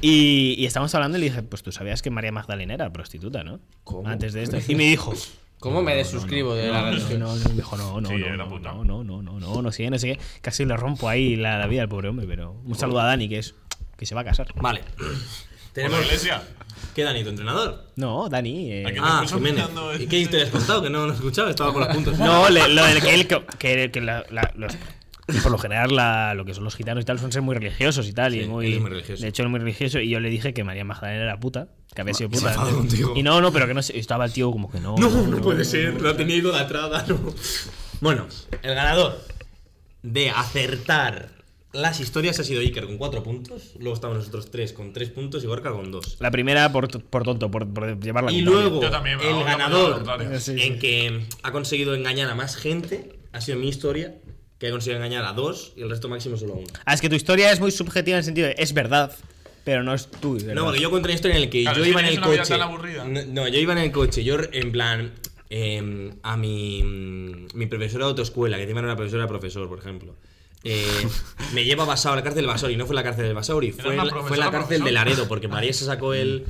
Speaker 4: Y, y estábamos hablando y le dije, pues tú sabías que María Magdalena era prostituta, ¿no?
Speaker 6: ¿Cómo?
Speaker 4: Antes de esto. Y me dijo,
Speaker 5: ¿Cómo me desuscribo de la
Speaker 4: no,
Speaker 5: religión?
Speaker 4: no, no, me dijo, no, no,
Speaker 3: Sí,
Speaker 4: no,
Speaker 3: era
Speaker 4: no,
Speaker 3: puta.
Speaker 4: no, no, no, no, no, no sé, qué, no sé qué. Casi le rompo ahí la, la vida al pobre hombre, pero un saludo a Dani, que es que se va a casar.
Speaker 6: Vale.
Speaker 3: ¿Por la
Speaker 6: Tenemos.
Speaker 3: iglesia?
Speaker 6: ¿Qué Dani, tu entrenador?
Speaker 4: No, Dani. eh,
Speaker 3: ¿A qué
Speaker 6: Ah,
Speaker 3: me eh. estoy
Speaker 6: Jiménez.
Speaker 3: escuchando
Speaker 6: ¿Y qué historia has contado? Que no lo he escuchado, estaba con los puntos.
Speaker 4: No, le- lo del que él. co- Que, que la- la- los- que por lo general, la- lo que son los gitanos y tal, son ser muy religiosos y tal. y
Speaker 6: Sí,
Speaker 4: muy,
Speaker 6: él es muy religioso.
Speaker 4: De hecho, él es muy religioso. Y yo le dije que María Magdalena era puta. Que había sido
Speaker 6: se
Speaker 4: puta.
Speaker 6: enfadó contigo.
Speaker 4: Y no, no, pero que no sé. Estaba el tío como que no.
Speaker 6: No, no puede ser, lo ha tenido de atrás, no. Bueno, el ganador de acertar las historias ha sido Iker con 4 puntos, luego estamos nosotros 3 con 3 puntos y Gorka con 2.
Speaker 4: La primera por, t- por tonto, por, por llevarla
Speaker 6: Y
Speaker 4: contraria.
Speaker 6: luego
Speaker 3: Yo también,
Speaker 6: el
Speaker 3: vamos,
Speaker 6: ganador
Speaker 3: vamos, vamos,
Speaker 4: sí, sí.
Speaker 6: en que ha conseguido engañar a más gente ha sido mi historia, que ha conseguido engañar a dos y el resto máximo solo a uno.
Speaker 4: Ah, es que tu historia es muy subjetiva en el sentido de. Es verdad, pero no es tu. ¿verdad?
Speaker 6: No, porque yo conté una historia en la que
Speaker 3: Claro,
Speaker 6: yo
Speaker 3: es que
Speaker 6: iba en
Speaker 3: tienes
Speaker 6: el
Speaker 3: una vida
Speaker 6: coche.
Speaker 3: tan aburrida.
Speaker 6: No, no, yo iba en el coche. Yo, en plan, eh, a mi, mi profesora de autoescuela, que encima era una profesora profesor, por ejemplo. eh, me lleva a Basauri, a la cárcel de Basauri. No fue la cárcel de Basauri, fue,
Speaker 3: una
Speaker 6: la- fue
Speaker 3: profesora
Speaker 6: la cárcel de
Speaker 3: profesor.
Speaker 6: Laredo, porque María se sacó el,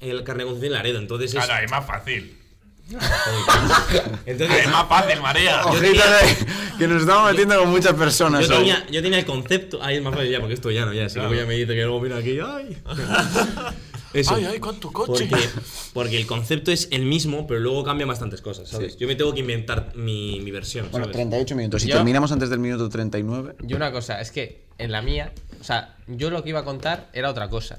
Speaker 6: el carnet de conducir en Laredo. Entonces es.
Speaker 3: Claro, es más fácil.
Speaker 6: entonces,
Speaker 3: Es más fácil, María.
Speaker 1: Ojito de- que nos estamos metiendo con muchas personas.
Speaker 6: yo,
Speaker 1: hoy.
Speaker 6: tenía, yo tenía el concepto. Ay, es más fácil ya, porque esto ya no, ya. Si luego
Speaker 3: Claro.
Speaker 6: ya me dice que luego vino aquí, ay. Eso.
Speaker 3: Ay, ay, con tu coche.
Speaker 6: Porque, porque el concepto es el mismo, pero luego cambian bastantes cosas, ¿sabes? Yo me tengo que inventar mi, mi versión,
Speaker 1: Bueno,
Speaker 6: ¿sabes?
Speaker 1: 38 minutos. Si
Speaker 5: Yo-
Speaker 1: terminamos antes del minuto 39.
Speaker 5: Y una cosa, es que en la mía, o sea, yo lo que iba a contar era otra cosa.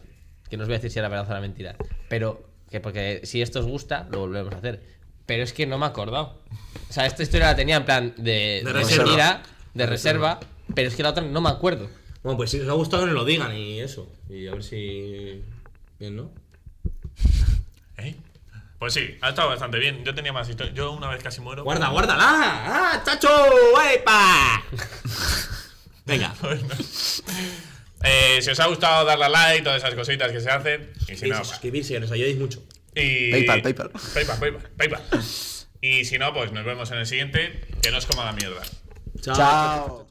Speaker 5: Que no os voy a decir si era verdad o era mentira. Pero, que porque si esto os gusta, lo volvemos a hacer. Pero es que no me he acordado. O sea, esta historia la tenía en plan de, de
Speaker 6: reserva.
Speaker 5: mentira, de reserva, pero es que la otra no me acuerdo.
Speaker 6: Bueno, pues si os ha gustado, que nos lo digan y eso. Y a ver si. Bien, ¿no?
Speaker 3: ¿Eh? Pues sí, ha estado bastante bien. Yo tenía más historia. Yo una vez casi muero.
Speaker 6: ¡Guarda, guárdala! ¡Ah, chacho! ¡Epa! Venga.
Speaker 3: Eh, si os ha gustado, darle a like, todas esas cositas que se hacen. Y si
Speaker 6: Sí,
Speaker 3: no,
Speaker 6: sí, suscribirse, que nos ayudéis mucho.
Speaker 3: y-
Speaker 1: PayPal, PayPal.
Speaker 3: PayPal, PayPal, PayPal. Y si no, pues nos vemos en el siguiente. Que no os coma la mierda.
Speaker 1: Chao.